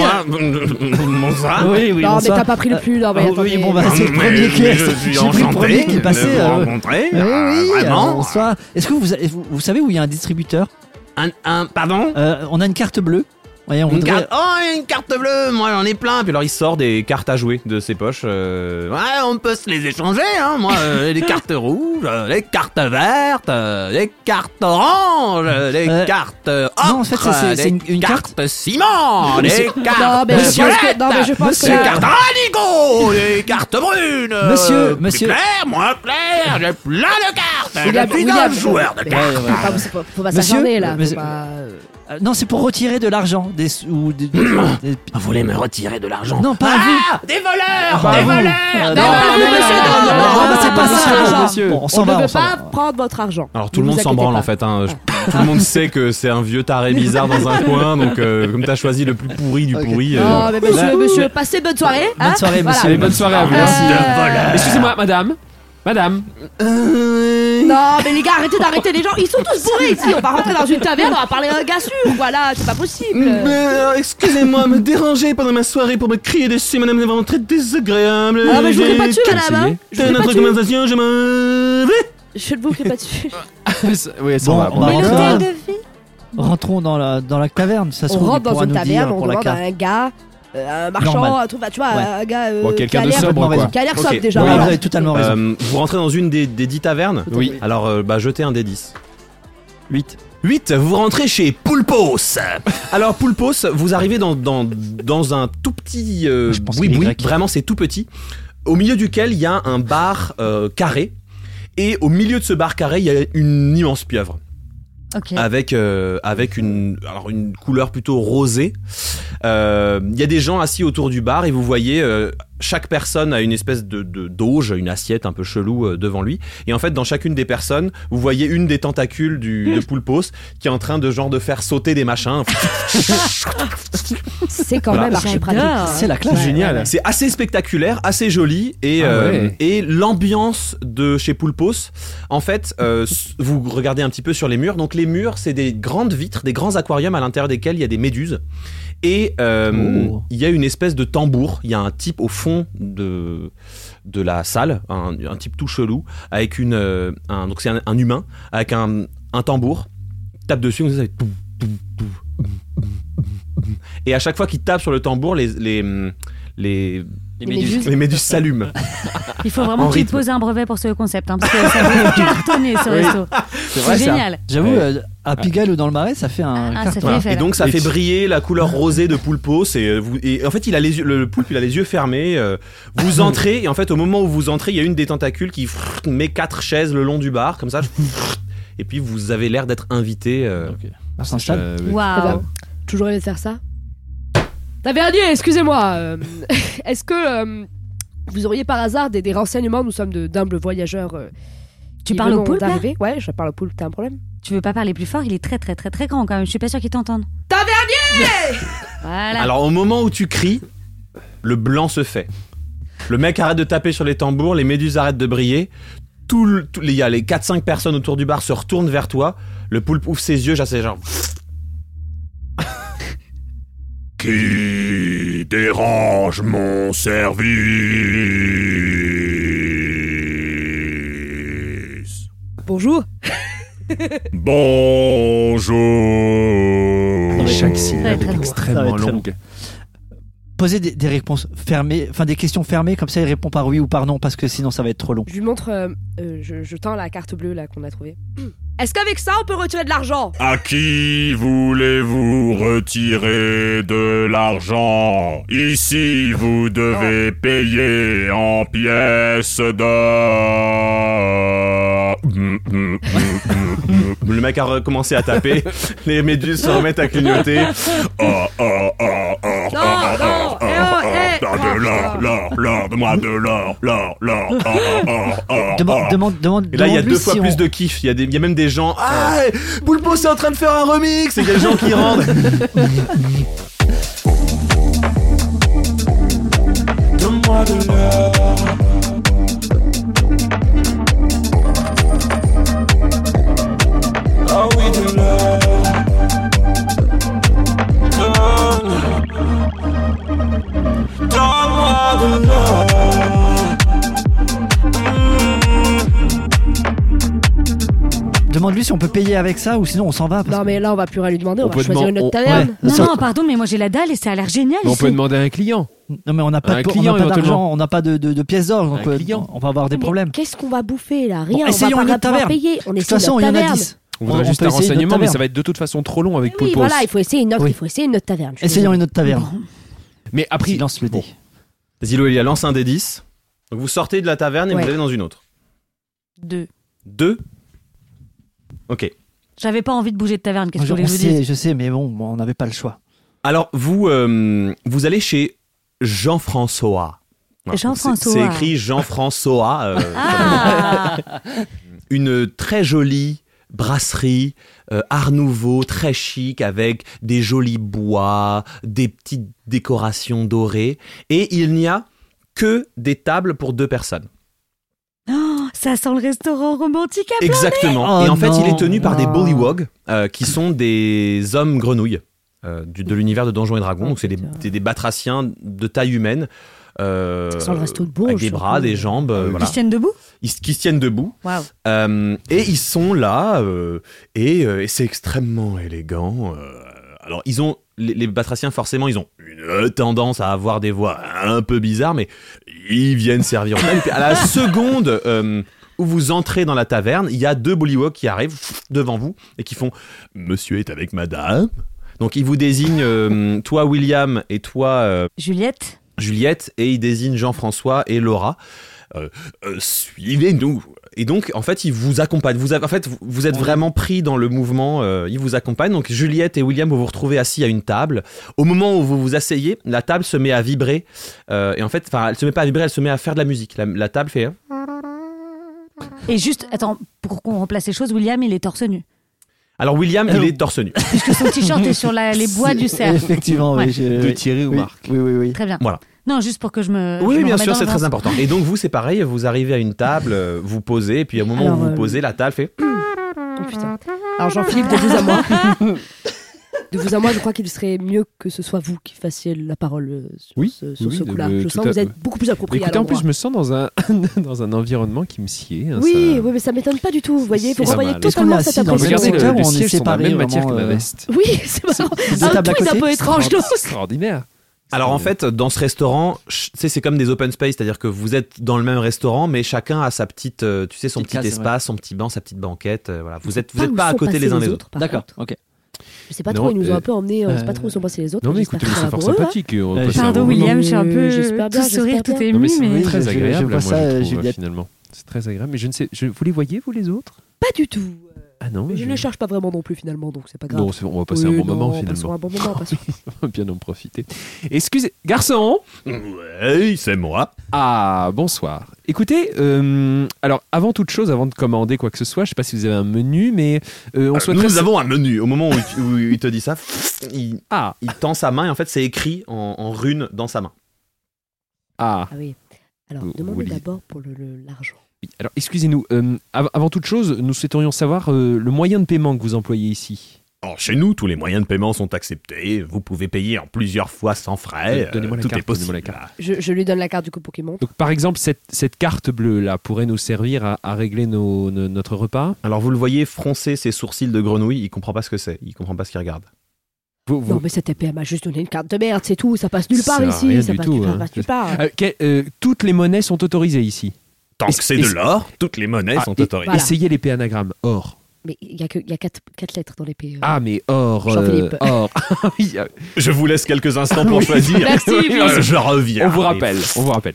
E: non, mais
A: bonsoir.
E: t'as pas pris le pull. Non, mais
A: Ah,
E: attendez.
A: oui, bon bah c'est le premier qui est- j'ai pris le premier qui est passé. euh,
B: Ah,
H: rencontrer. Ah,
A: oui, oui, euh, bonsoir. Est-ce que vous, vous, vous savez où il y a un distributeur
H: Un, un- pardon
A: Euh, On a une carte bleue. Et on
H: une
A: voudrait-
H: carte, oh, une carte bleue, moi j'en ai plein. Puis alors il sort des cartes à jouer de ses poches. euh, ouais, on peut se les échanger, hein, moi.
A: (laughs)
H: euh, les cartes rouges, euh, les cartes vertes, euh, les cartes oranges, euh, les
A: Euh,
H: cartes euh,
A: non,
H: ocre,
A: en fait, ça, c'est-
H: euh,
A: c'est
H: les
A: une- une carte.
H: cartes ciment,
A: Mais
H: les
A: c'est-
H: cartes
E: Non, mais je pense que- non, mais je pense que
H: les
E: là-
H: cartes radicaux, les cartes brunes. euh,
A: Monsieur,
H: plus
A: monsieur.
H: clair, moins clair, j'ai plein de cartes.
E: William,
H: Je suis un
E: William,
H: joueur de
E: mais-
H: cartes.
A: Ouais, ouais, ouais.
E: Ah, bon, c'est pas- Faut pas
A: Monsieur,
E: s'acharner là.
A: mais-
E: faut pas-
A: Euh, non, c'est pour retirer de l'argent. Des, sous- ou des- des-
H: Ah, Vous voulez me retirer de l'argent
A: non, pas à vous.
H: Des
C: Ah,
H: voleurs
A: Pas à
H: Des
C: bah
A: vous.
H: voleurs
A: Euh,
E: Non,
A: non,
E: non, non, monsieur, non, non,
A: non,
E: non,
A: bah, c'est
E: non,
A: pas
E: non,
A: ça,
E: non,
A: monsieur.
E: non,
A: Bon, on
E: On
A: s'en
E: ne
A: va, on
E: peut
A: s'en
E: pas
A: va.
E: prendre votre argent.
H: Alors tout
E: Ne
H: le
E: vous
H: monde s'en
E: inquiétez
H: branle
E: pas.
H: en fait. hein. Je- (laughs) tout le monde sait que c'est un vieux taré bizarre dans un coin. Donc euh, comme t'as choisi le plus pourri du
I: Ok.
H: pourri. euh,
E: Oh, mais monsieur,
A: Là-
E: monsieur, passez bonne soirée. hein.
A: Bonne soirée,
E: Voilà.
A: monsieur.
C: Allez, bonne soirée à vous.
E: Merci. Euh,
C: Excusez-moi, madame. Madame.
E: Non, mais les gars, arrêtez d'arrêter les gens. Ils sont tous bourrés ici. On va rentrer dans une taverne, on va parler à un gars sûr. Voilà, c'est pas possible.
H: euh, Excusez-moi, me déranger pendant ma soirée pour me crier dessus, madame, c'est vraiment très désagréable.
E: Ah, mais je vous crie pas dessus, madame. hein. Je vous crie pas dessus.
H: conversation, je m'en vais.
E: Je ne vous crie pas dessus.
C: (laughs) oui,
A: Bon,
C: va.
A: on va
D: Mais
A: rentrer.
D: l'hôtel de vie
A: Rentrons dans la, dans la taverne. Ça se
E: On
A: trouve, il
E: rentre dans
A: pourra
E: une
A: nous
E: taverne,
A: dire
E: on
A: pour la
E: demande à
A: carte.
E: un gars, euh, un marchand,
A: Normal.
E: un truc, bah, tu vois,
A: Ouais.
E: un gars euh,
C: Bon, quelqu'un
E: qui a
C: de
E: l'air-
C: sobre,
A: raison.
C: quoi.
E: qui a l'air
H: Ok.
E: sobre déjà.
A: Oui,
E: voilà.
A: vous avez totalement raison.
H: Euh, vous rentrez dans une des, des dix tavernes
C: Oui.
H: Alors euh, bah jetez un des 10.
A: 8.
H: 8, vous rentrez chez Poulpos. Alors Poulpos, vous arrivez dans, dans, dans un tout petit euh,
A: Je pense qu'il est
H: boui-boui,
A: grec.
H: vraiment c'est tout petit, au milieu duquel il y a un bar euh, carré. Et au milieu de ce bar carré, il y a une immense pieuvre
D: Ok.
H: avec, euh, avec une, alors une couleur plutôt rosée. Euh, Il y a des gens assis autour du bar et vous voyez, euh, chaque personne a une espèce de, de- d'auge, une assiette un peu chelou euh, devant lui. Et en fait, dans chacune des personnes, vous voyez une des tentacules du, de Poulpos qui est en train de genre de faire sauter des machins.
E: C'est quand
H: Voilà.
E: même archi pratique.
D: J'adore.
A: C'est la classe.
C: Génial.
H: C'est assez spectaculaire, assez joli et,
C: Ah
H: euh,
C: ouais.
H: et l'ambiance de chez Poulpos, en fait, euh, s- vous regardez un petit peu sur les murs. Donc les murs, c'est des grandes vitres, des grands aquariums à l'intérieur desquels il y a des méduses. Et euh,
A: Oh.
H: il y a une espèce de tambour, il y a un type au fond de, de la salle, un, un type tout chelou, avec une... euh, un- donc c'est un, un humain, avec un, un tambour, tape dessus, vous savez, poum, poum, poum, poum, poum, poum. Et à chaque fois qu'il tape sur le tambour, les, les, les,
E: Les méduses.
H: les méduses s'allument.
D: Il faut
H: En
D: vraiment qu'il
H: rythme.
D: pose un brevet pour ce concept, hein, parce que ça va cartonner ce resto.
C: C'est
D: C'est
C: vrai, ça.
D: génial.
A: J'avoue,
C: Ouais.
A: euh, à Pigalle ou dans le Marais, ça fait un
D: Ah, ça
A: carton.
D: fait-
H: Voilà. Et donc ça
C: Et
H: fait
C: tu-
H: briller la couleur rosée de Poulpo. c'est, euh, vous- Et en fait, il a les yeux, le, le poulpe, il a les yeux fermés. euh,
C: (laughs)
H: vous entrez et en fait, au moment où vous entrez, il y a une des tentacules qui frrrt, met quatre chaises le long du bar, comme ça. frrrt, Et puis vous avez l'air d'être invité. euh,
A: On s'installe.
E: Ah Eh ben.
D: Waouh.
E: Toujours aimé faire ça Tavernier, excusez-moi. euh, (laughs) Est-ce que euh, vous auriez par hasard des, des renseignements Nous sommes de d'humbles voyageurs. euh,
D: Tu
E: qui
D: parles
E: venons
D: au poulpe, là
E: d'arriver. Ouais, je parle au poulpe, t'as un problème
D: Tu veux pas parler plus fort Il est très très très très grand quand même. Je suis pas sûr qu'il t'entende.
E: Tavernier
D: (laughs) Voilà.
H: Alors au moment où tu cries, le blanc se fait. Le mec arrête de taper sur les tambours, les méduses arrêtent de briller. Tout le- tout- il y a les 4-5 personnes autour du bar se retournent vers toi. Le poulpe ouvre ses yeux, j'assais genre.
J: Qui dérange mon service
E: Bonjour.
J: Bonjour
C: Chaque
D: Ça va
C: syllabe
D: être
A: Ça
D: long.
C: est
A: va
C: extrêmement
A: être très
C: longue.
A: Posez des, des réponses fermées, enfin des questions fermées, comme ça il répond par oui ou par non, parce que sinon ça va être trop long.
E: Je lui montre. euh, euh, je, je tends la carte bleue là qu'on a trouvée. (clears throat) Est-ce qu'avec ça on peut retirer de l'argent
J: À qui voulez-vous retirer de l'argent Ici, vous devez payer en pièces d'or.
H: Le mec a recommencé
C: (laughs)
H: à taper. les méduses se remettent à clignoter.
J: Or, or, or, or,
E: Non,
J: or,
E: non,
J: or,
E: eh
J: or,
E: oh,
J: or,
E: eh,
J: or, de
E: oh,
J: l'or,
E: oh.
J: l'or, l'or, donne-moi de l'or, l'or, l'or, Ah, or, or, or, or,
A: Demande,
J: or.
A: demande, demande.
H: Et là, il y a
A: demande-lui
H: deux
A: si
H: fois
A: on-
H: plus de kiff. Il y, a des- il y a même des gens. Ah Boulpo, c'est en train de faire un remix Et il y a des gens (laughs) qui rentrent.
A: Demande-lui si on peut payer avec ça ou sinon on s'en va. parce
E: Non mais là on va plus rien lui demander. On,
C: On
E: va
C: peut
E: choisir
C: demander-
E: une autre
C: on-
E: taverne.
A: ouais.
D: Non,
A: Ça-
D: non, pardon, mais moi j'ai la dalle et ça a l'air génial.
C: Mais on
D: ici.
C: peut demander à un client.
A: que- Non mais on n'a
C: Un
A: pas, de- on n'a
C: client,
A: pas d'argent,
C: éventuellement.
A: on n'a pas de, de- de pièces d'or, donc
C: Un
A: euh,
C: client.
A: on va avoir des
E: Mais
A: problèmes.
E: Qu'est-ce qu'on va bouffer là Rien.
A: essayons
E: on va
A: une
E: pas
A: autre
E: pouvoir
A: taverne.
E: payer. On
A: De
E: essaye
A: toute façon,
E: une
A: il y
E: autre
A: en a
E: taverne.
A: 10.
C: On
A: On-
C: voudrait
A: on
C: juste
A: peut
C: un
A: essayer une autre
C: renseignement, mais
A: taverne.
C: ça va être de toute façon trop long avec
E: Oui,
C: Poulpos.
E: voilà, il faut essayer une autre.
A: Oui.
E: Il faut essayer une autre taverne. je suis
A: Essayons
E: désolée.
A: une autre taverne.
C: Mais après,
A: Il lance le dé.
C: Bon.
H: Zilo, il lance un des 10. Donc vous sortez de la taverne et
E: Ouais.
H: vous allez dans une autre.
D: Deux.
H: Deux. Ok.
D: J'avais pas envie de bouger de taverne, qu'est-ce que
A: je,
D: vous voulez
A: on
D: que je vous dise
A: sait, je sais, mais bon, bon, on n'avait pas le choix.
H: Alors, vous, euh, vous allez chez Jean-François. Voilà.
D: Jean-François.
H: C'est c'est écrit Jean-François. euh,
D: Ah (laughs)
H: une très jolie brasserie euh, art nouveau, très chic, avec des jolis bois, des petites décorations dorées. Et il n'y a que des tables pour deux personnes.
D: Oh, Ça sent le restaurant romantique à
H: Exactement.
A: Oh
H: et en fait,
A: non.
H: il est tenu par des
A: Ah.
H: Bullywog, euh, qui sont des hommes grenouilles euh, du- de l'univers de Donjons et
E: Oh,
H: Dragons. Donc, c'est des, des- des batraciens de taille humaine. euh,
E: Ça sent le resto de Bourges,
H: Avec des
E: surtout. Ah,
H: bras, des jambes, euh,
D: Qui
H: voilà.
D: se tiennent debout
H: Ils, qui se tiennent debout.
D: Waouh.
H: Euh, et ils sont là, euh, et, euh, et c'est extrêmement élégant. euh. alors, ils ont, les, les batraciens, forcément, ils ont une euh, tendance à avoir des voix un peu bizarres, mais ils viennent servir. aux tables. Et puis, à la seconde euh, où vous entrez dans la taverne, il y a deux bullywog qui arrivent pff, devant vous et qui font Monsieur est avec madame. Donc, ils vous désignent, euh, toi, William, et toi, euh,
D: Juliette
H: Juliette et il désigne Jean-François et Laura. Euh, euh, Suivez-nous. Et donc, en fait, ils vous accompagnent. Vous avez- en fait, vous- vous êtes vraiment pris dans le mouvement. euh, ils vous accompagnent. Donc, Juliette et William, vous vous retrouvez assis à une table. Au moment où vous vous asseyez, la table se met à vibrer. Euh, et en fait, enfin, elle se met pas à vibrer, elle se met à faire de la musique. La, la table fait. hein.
D: Et juste, attends, pour qu'on remplace les choses, William, il est torse nu.
H: Alors, William, il
A: Alors-
H: est torse nu.
D: Puisque son t-shirt est sur la- les bois du cerf.
A: Effectivement, oui.
D: (laughs) Ouais.
A: je-
C: De
A: oui.
C: Thierry ou
A: Oui,
C: Marc.
A: Oui, oui, oui.
D: Très bien.
H: Voilà.
D: Non, juste pour que je me. Euh, je
H: Oui,
D: me
H: bien
D: remette
H: sûr,
D: dans
H: c'est
D: le
H: très
D: bain.
H: important. Et donc, vous, c'est pareil. Vous arrivez à une table, euh, vous posez, et puis au moment
E: Alors,
H: où vous
E: euh,
H: posez, la table fait.
E: Oh, putain. Alors Jean-Philippe, de vous à moi. De vous à moi, je crois qu'il serait mieux que ce soit vous qui fassiez la parole euh, sur
C: Oui,
E: ce, sur
C: oui,
E: ce
C: de-
E: coup-là.
C: de-
E: Je
C: tout
E: sens
C: à-
E: que vous êtes beaucoup plus approprié à
C: Écoutez, en plus,
E: l'endroit.
C: je me sens dans un, (laughs) dans un environnement qui me sied. hein,
E: Oui,
C: ça-
E: oui, mais ça m'étonne pas du tout. Vous voyez,
C: C'est
E: vous
C: pas
E: renvoyez
C: mal. Est-ce
E: totalement
A: qu'on est
E: cette
A: assis dans le
E: impression.
A: regard
C: Regardez,
A: secteur
C: le,
A: où
C: le
A: on est
C: siège sont de la
A: séparés,
C: même matière que ma
A: vraiment, euh,
C: veste.
E: Oui, c'est marrant.
A: des
E: Un
A: tables à
E: truc un
A: côté.
E: peu étrange, non
C: C'est extraordinaire.
H: Alors en
C: C'est-
H: fait, dans ce restaurant, ch- tu sais, c'est comme des open space, c'est-à-dire que vous êtes dans le même restaurant, mais chacun a sa petite, euh, tu sais, son
A: Petite
H: petit
A: case,
H: espace, son petit banc, sa petite banquette. euh, voilà, vous êtes, vous
E: Pas
H: êtes
E: où
H: pas à
E: sont
H: côté
E: passés
H: les uns les autres.
E: par
A: D'accord,
E: contre.
A: ok.
E: Je sais pas
C: Non,
E: trop, ils nous ont
C: euh,
E: un peu emmenés. euh, Je sais
A: euh,
E: pas trop où sont passés les autres.
C: Non, mais
E: j'espère
C: écoutez,
E: que
C: c'est
E: ça va
C: fort
E: pour eux, hein.
C: sympathique. on
A: Euh,
C: passe un
D: Pardon,
C: bon moment.
D: William, je suis un peu.
E: J'espère bien,
D: tout sourire,
E: j'espère
D: tout
C: Non,
E: bien.
C: mais
D: ému,
C: c'est
A: Oui,
D: mais.
A: je-
C: très
A: je-
C: agréable.
A: je
C: moi,
A: vois ça,
C: je trouve,
A: Juliette.
C: finalement. C'est très agréable. Mais je ne sais. je- vous les voyez, vous les autres
E: Pas du tout.
C: Ah non.
E: Mais je
C: je-
E: ne les cherche pas vraiment non plus finalement, donc c'est pas grave.
C: Non, c'est bon, on va passer
E: Oui,
C: un bon
E: non,
C: moment
E: Passons
C: finalement.
E: un bon moment. passons-
C: On va (laughs) bien en profiter. Excusez, garçon.
H: Ouais, c'est moi.
C: Ah, bonsoir. Écoutez, euh, alors avant toute chose, avant de commander quoi que ce soit, je sais pas si vous avez un menu, mais euh, on
H: Euh,
C: souhaiterait.
H: nous avons un menu. Au moment où, il- où il te dit ça, il,
C: Ah,
H: il tend sa main et en fait, c'est écrit en, en rune dans sa main.
C: ah.
E: Ah oui. Alors,
C: Vous-
E: demandez
C: Willy.
E: d'abord pour le- le- l'argent.
C: Oui, Alors, excusez-nous. euh, av- avant toute chose, nous souhaiterions savoir euh, le moyen de paiement que vous employez ici.
H: Alors chez nous, tous les moyens de paiement sont acceptés. Vous pouvez payer en plusieurs fois sans frais.
C: Euh, donnez-moi la
H: tout
C: carte,
H: est possible.
C: donnez-moi la
E: Je, je lui donne la carte du coup Pokémon.
C: Donc, par exemple, cette, cette carte bleue là pourrait nous servir à, à régler nos- nos- notre repas.
H: Alors vous le voyez froncer ses sourcils de grenouille. Il comprend pas ce que c'est. Il comprend pas ce qu'il regarde.
C: Vous- vous-
E: Non, mais cette épée, elle m'a juste donné une carte de merde, c'est tout. Ça passe nulle part
C: Ça a rien
E: ici. Ça
C: du
E: passe
C: tout,
E: nulle part,
C: hein.
E: ça passe nulle part.
C: Euh, que- euh, toutes les monnaies sont autorisées ici.
H: Tant
C: Est-ce-
H: que c'est de
C: est-ce-
H: l'or, toutes les monnaies
C: Ah,
H: sont
C: et-
H: autorisées.
E: Voilà.
C: Essayez l'épée anagramme. Or.
E: Mais il y a, que, il y a quatre, quatre lettres dans l'épée. euh.
C: Ah, mais or.
E: Jean-Philippe.
C: or. (laughs) Oui, euh,
H: Je vous laisse quelques
C: Ah
H: instants pour choisir. (laughs)
E: Merci,
H: Euh, je reviens.
C: on vous rappelle. On vous rappelle.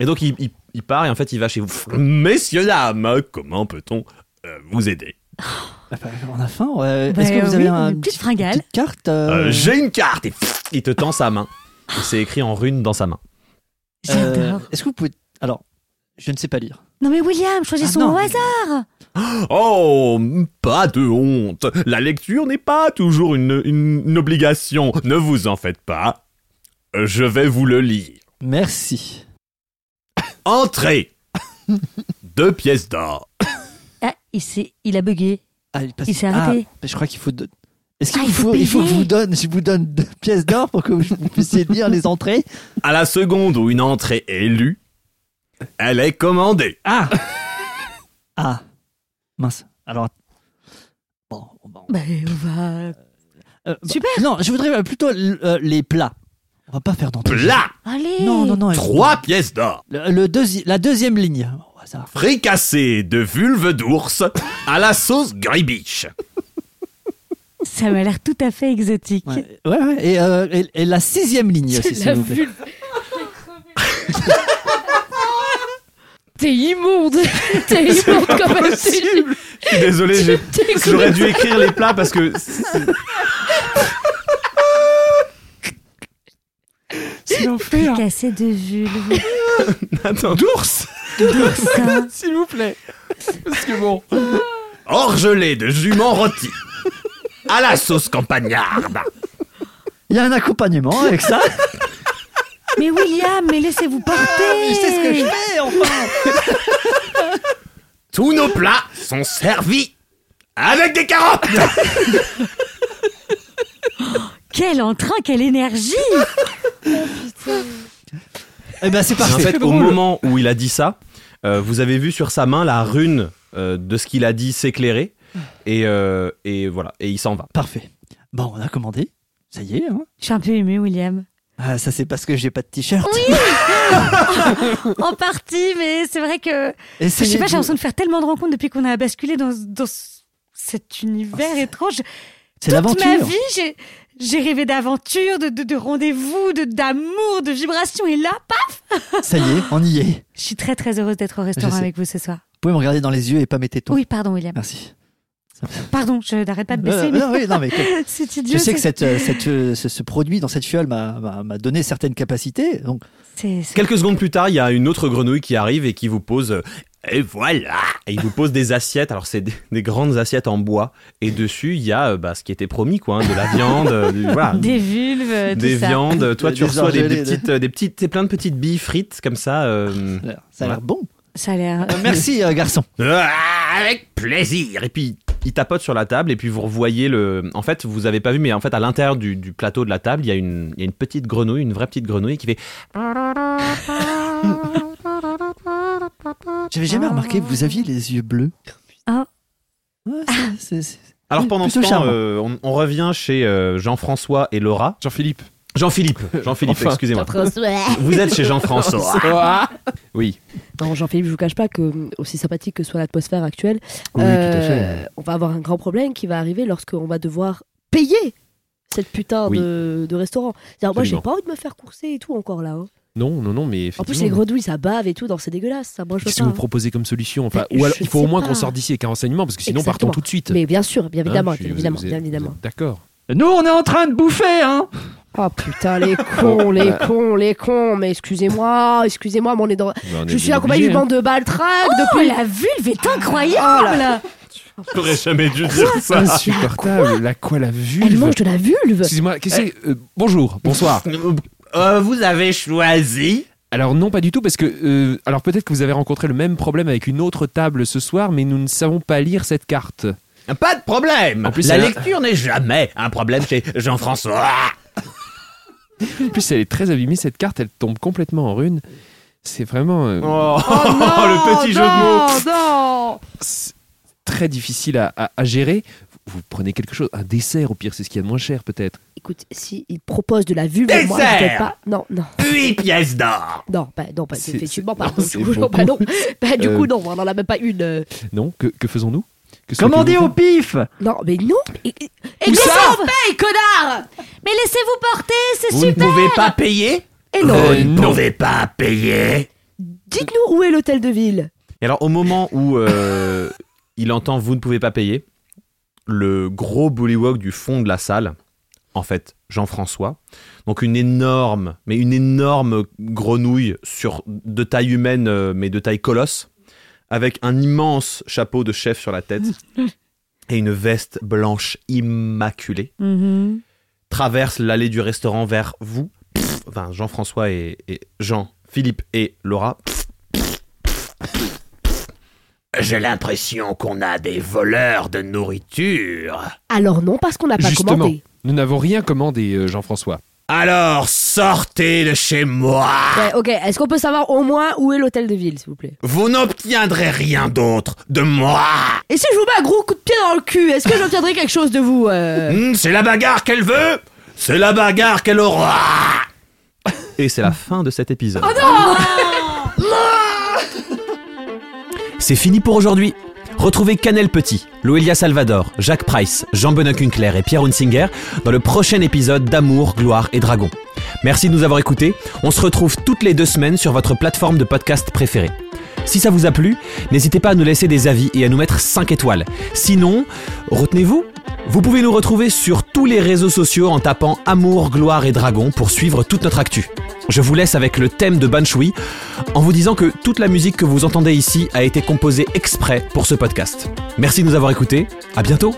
H: Et donc il, il- il part et en fait il va chez vous. Messieurs, dames, comment peut-on euh, vous aider
A: Ah bah, on a faim. ouais.
D: Bah,
A: Est-ce que vous
D: euh,
A: avez
D: oui,
A: un-
D: une petite fringale.
A: petite carte
H: Euh,
A: euh,
C: Mm.
H: J'ai une carte et il te tend sa main. Et C'est écrit en rune dans sa main.
A: euh,
D: J'adore.
A: Est-ce que vous pouvez. Alors, je ne sais pas lire.
D: Non, mais William, choisis
A: Ah,
D: son
A: non.
D: au hasard.
H: Oh, pas de honte. La lecture n'est pas toujours une, une- une obligation. Ne vous en faites pas. Euh, Je vais vous le lire.
A: Merci.
C: (laughs)
H: Entrez. Deux pièces d'or.
D: Ah, il, s'est- il a bugué.
A: Ah, il passe-
D: Il s'est
A: Ah,
D: arrêté.
A: mais je crois qu'il faut. de- Est-ce qu'il
D: Ah, il faut
A: faut, il faut que je
D: payer.
A: vous donne, je vous donne deux (laughs) pièces d'or pour que vous (laughs) puissiez lire les entrées
H: À la seconde où une entrée est lue, elle est commandée.
A: Ah Ah Mince. Alors. Bon, bon.
D: Bah, on va.
A: Euh, bah,
D: Super.
A: Non, je voudrais euh, plutôt l- euh, les plats. On va pas faire d'entrée.
H: Plat.
D: Allez.
A: Non, non, non.
H: Trois pièces d'or.
A: Le, le deuxi- la deuxième ligne. Au hasard.
H: Fricassé de vulve d'ours à la sauce gribiche.
D: Ça m'a l'air tout à fait exotique.
A: Ouais, ouais, ouais. Et, euh, et- et la sixième ligne aussi, s'il vous plaît.
E: (laughs) T'es immonde T'es immonde comme un (laughs)
H: possible. Je suis désolé, (laughs) j'ai- j'aurais dû écrire les plats parce que. (laughs) c'est-
C: C'est l'enfer.
D: Cassé
A: (laughs)
D: de vulve.
H: Attends. D'ours
D: Ça.
C: S'il vous plaît. Parce que bon.
H: Orgelé de juments rôtis. À la sauce campagnarde.
A: Il y a un accompagnement avec ça.
D: Mais William, mais laissez-vous porter.
A: fais, enfin
H: Tous nos plats sont servis avec des carottes.
D: Quel entrain, quelle énergie
A: Eh ben, c'est
H: En
A: parfait.
H: fait, au moment où il a dit ça, euh, vous avez vu sur sa main la rune euh, de ce qu'il a dit s'éclairer. Et, euh, et voilà, et il s'en va.
A: Parfait. Bon, on a commandé. Ça y est, hein.
D: Je suis un peu
A: (laughs)
D: émue, William.
A: Ah, ça c'est parce que j'ai pas de t-shirt.
D: En partie, mais c'est vrai que. Je
A: Essayez
D: sais pas,
A: de-
D: j'ai l'impression de faire tellement de rencontres depuis qu'on a basculé dans, dans ce- cet univers étrange.
A: Ah, C'est
D: Toute ma
A: l'aventure.
D: vie, j'ai- j'ai rêvé d'aventures, de, de- de rendez-vous, de- d'amour, de, vibrations. Et là, pas
A: Ça y est, on y est. Vous
D: Je suis très très heureuse d'être au
A: Je
D: restaurant
A: sais. Ah.
D: avec vous ce soir.
A: pouvez me regarder dans les yeux et pas mettre tétons.
D: Oui, pardon, William.
A: Merci.
D: Pardon, je n'arrête pas de
A: Euh,
D: baisser.
A: non, oui, non, mais
D: (laughs)
A: que-
D: mais C'est idiot.
A: je sais que
D: c'est-
A: cette, euh, cette, euh, ce, ce produit dans cette fiole m'a- m'a m'a donné certaines capacités. Donc,
D: c'est. c'est-
H: Quelques secondes plus tard, il y a une autre grenouille qui arrive et qui vous pose. euh, et voilà Et il vous pose des assiettes. Alors, c'est des, des grandes assiettes en bois. Et dessus, il y a euh, bah, ce qui était promis, quoi. hein, de la viande. euh, du- voilà.
D: Des vulves, euh, tout
H: Des
D: ça.
H: viandes. Toi,
A: Des
H: tu reçois des, des
A: orgelés, des-
H: petites. euh, Des petites c'est plein de petites billes frites, comme ça. euh,
A: ça a l'air bon.
D: Ça a l'air.
A: Euh, (laughs) Merci, euh, garçon.
H: Ah, Avec plaisir. Et puis il tapote sur la table et puis vous revoyez le. En fait, vous avez pas vu, mais en fait à l'intérieur du, du plateau de la table, il y, a une- il y a une petite grenouille, une vraie petite grenouille qui fait.
A: J'avais jamais remarqué que vous aviez les yeux bleus.
D: Ah.
A: Ouais, c'est- c'est- c'est-
H: Alors pendant ce
A: Plutôt
H: temps,
A: charmant.
H: euh, on, on revient chez euh, Jean-François et Laura.
C: Jean-Philippe.
H: Jean-Philippe. (laughs) Jean-Philippe,
C: Enfin.
H: excusez-moi. Vous êtes chez (laughs) Jean-François.
C: Oui.
E: Non, Jean-Philippe, je vous cache pas que, euh, aussi sympathique que soit l'atmosphère actuelle, euh,
A: Oui, tout à fait.
E: on va avoir un grand problème qui va arriver lorsqu'on va devoir payer cette putain
H: Oui.
E: de, de restaurant. C'est-à-dire, moi, j'ai
H: Absolument.
E: pas envie de me faire courser et tout encore là. hein.
C: Non, non, non, mais.
E: En plus,
C: effectivement,
E: les grenouilles, ça bave et tout, donc c'est dégueulasse. Ça, moi, je veux
C: Qu'est-ce que vous
E: pas.
C: proposez comme solution enfin,
E: Mais
C: Ou alors,
E: je
C: il faut au
E: sais
C: moins
E: pas.
C: qu'on sorte d'ici avec un renseignement, parce que sinon,
E: Exactement.
C: partons tout de suite.
E: Mais bien sûr, bien
C: Hein,
E: évidemment,
C: je suis-
E: bien
C: vous-
E: évidemment,
C: vous êtes-
E: bien
C: vous êtes
E: évidemment.
C: D'accord.
A: Nous, on est en train de bouffer, hein
E: Oh
C: (laughs)
E: putain, les cons, les cons, les cons, mais excusez-moi, excusez-moi, mais on est dans.
C: Ben,
E: Je suis accompagné
C: hein.
E: d'une bande de baltraques,
D: Oh,
E: depuis. Oh
D: la vulve est incroyable
H: (laughs) J'aurais jamais dû dire
C: (laughs)
H: ça.
C: hein. Insupportable. La quoi, la
E: Elle
C: vulve
E: mange de la vulve
C: Excusez-moi, qu'est-ce que c'est Euh, Bonjour, bonsoir.
H: Euh, vous avez choisi.
C: Alors non, pas du tout, parce que euh, alors peut-être que vous avez rencontré le même problème avec une autre table ce soir, mais nous ne savons pas lire cette carte.
H: Pas de problème.
C: En plus,
H: la
C: elle a-
H: lecture n'est jamais un problème chez Jean-François.
C: En plus, elle est très abîmée cette carte, elle tombe complètement en rune. C'est vraiment euh,
H: Oh,
E: non,
H: le petit jeu de mots.
E: Non, non
C: c'est très difficile à, à- à gérer. Vous prenez quelque chose, un dessert au pire, c'est ce qu'il y a de moins cher peut-être.
E: Écoute, si il propose de la vulve, moi, je
H: Dessert
E: fais pas. Non, non,
H: 8 pièces d'or.
E: non, bah, non, bah,
C: C'est-
E: effectivement,
C: c'est-
E: pas.
C: non,
E: du
C: c'est
E: coup, non,
C: beaucoup. (laughs)
E: bah, non. Bah, du
C: Euh,
E: coup, non, on en a même pas une. euh.
C: Non, que, que faisons-nous Que
A: Commandez
C: souhaitez-vous
A: au pif
E: Non, mais non mais-
D: Et qu'est-ce qu'on paye, connard Mais laissez-vous porter, c'est
H: Vous ne
D: super
H: pouvez pas payer
E: Et non
C: Euh,
H: Vous ne
C: non.
H: pouvez pas payer
E: Dites-nous où est l'hôtel de ville
H: Et alors, au moment où euh, il entend Vous ne pouvez pas payer, le gros bullywog du fond de la salle, en fait, Jean-François, donc une énorme, mais une énorme grenouille sur, de taille humaine, euh, mais de taille colosse, avec un immense chapeau de chef sur la tête et une veste blanche immaculée.
A: Mm-hmm.
D: Mhm.
H: traverse l'allée du restaurant vers vous. Pff, enfin, Jean-François et, et Jean, Philippe et Laura. J'ai l'impression qu'on a des voleurs de nourriture.
E: Alors non, parce qu'on n'a pas
C: Justement.
E: commandé.
C: Nous n'avons rien commandé, euh, Jean-François.
H: Alors sortez de chez moi.
E: Ouais, ok, est-ce qu'on peut savoir au moins où est l'hôtel de ville, s'il vous plaît
H: Vous n'obtiendrez rien d'autre de moi.
E: Et si je vous mets un gros coup de pied dans le cul, est-ce que j'obtiendrai quelque chose de vous
B: (laughs)
E: euh
H: Hmm, C'est la bagarre qu'elle veut. C'est la bagarre qu'elle aura. Et c'est la fin de cet épisode. (laughs) C'est fini pour aujourd'hui. Retrouvez Canel Petit, Loelia Salvador, Jacques Price, Jean-Benoît Kunkler et Pierre Hunsinger dans le prochain épisode d'Amour, Gloire et Dragon. Merci de nous avoir écoutés. On se retrouve toutes les deux semaines sur votre plateforme de podcast préférée. Si ça vous a plu, n'hésitez pas à nous laisser des avis et à nous mettre 5 étoiles. Sinon, retenez-vous, vous pouvez nous retrouver sur tous les réseaux sociaux en tapant Amour, Gloire et Dragon pour suivre toute notre actu. Je vous laisse avec le thème de Banshui en vous disant que toute la musique que vous entendez ici a été composée exprès pour ce podcast. Merci de nous avoir écoutés, à bientôt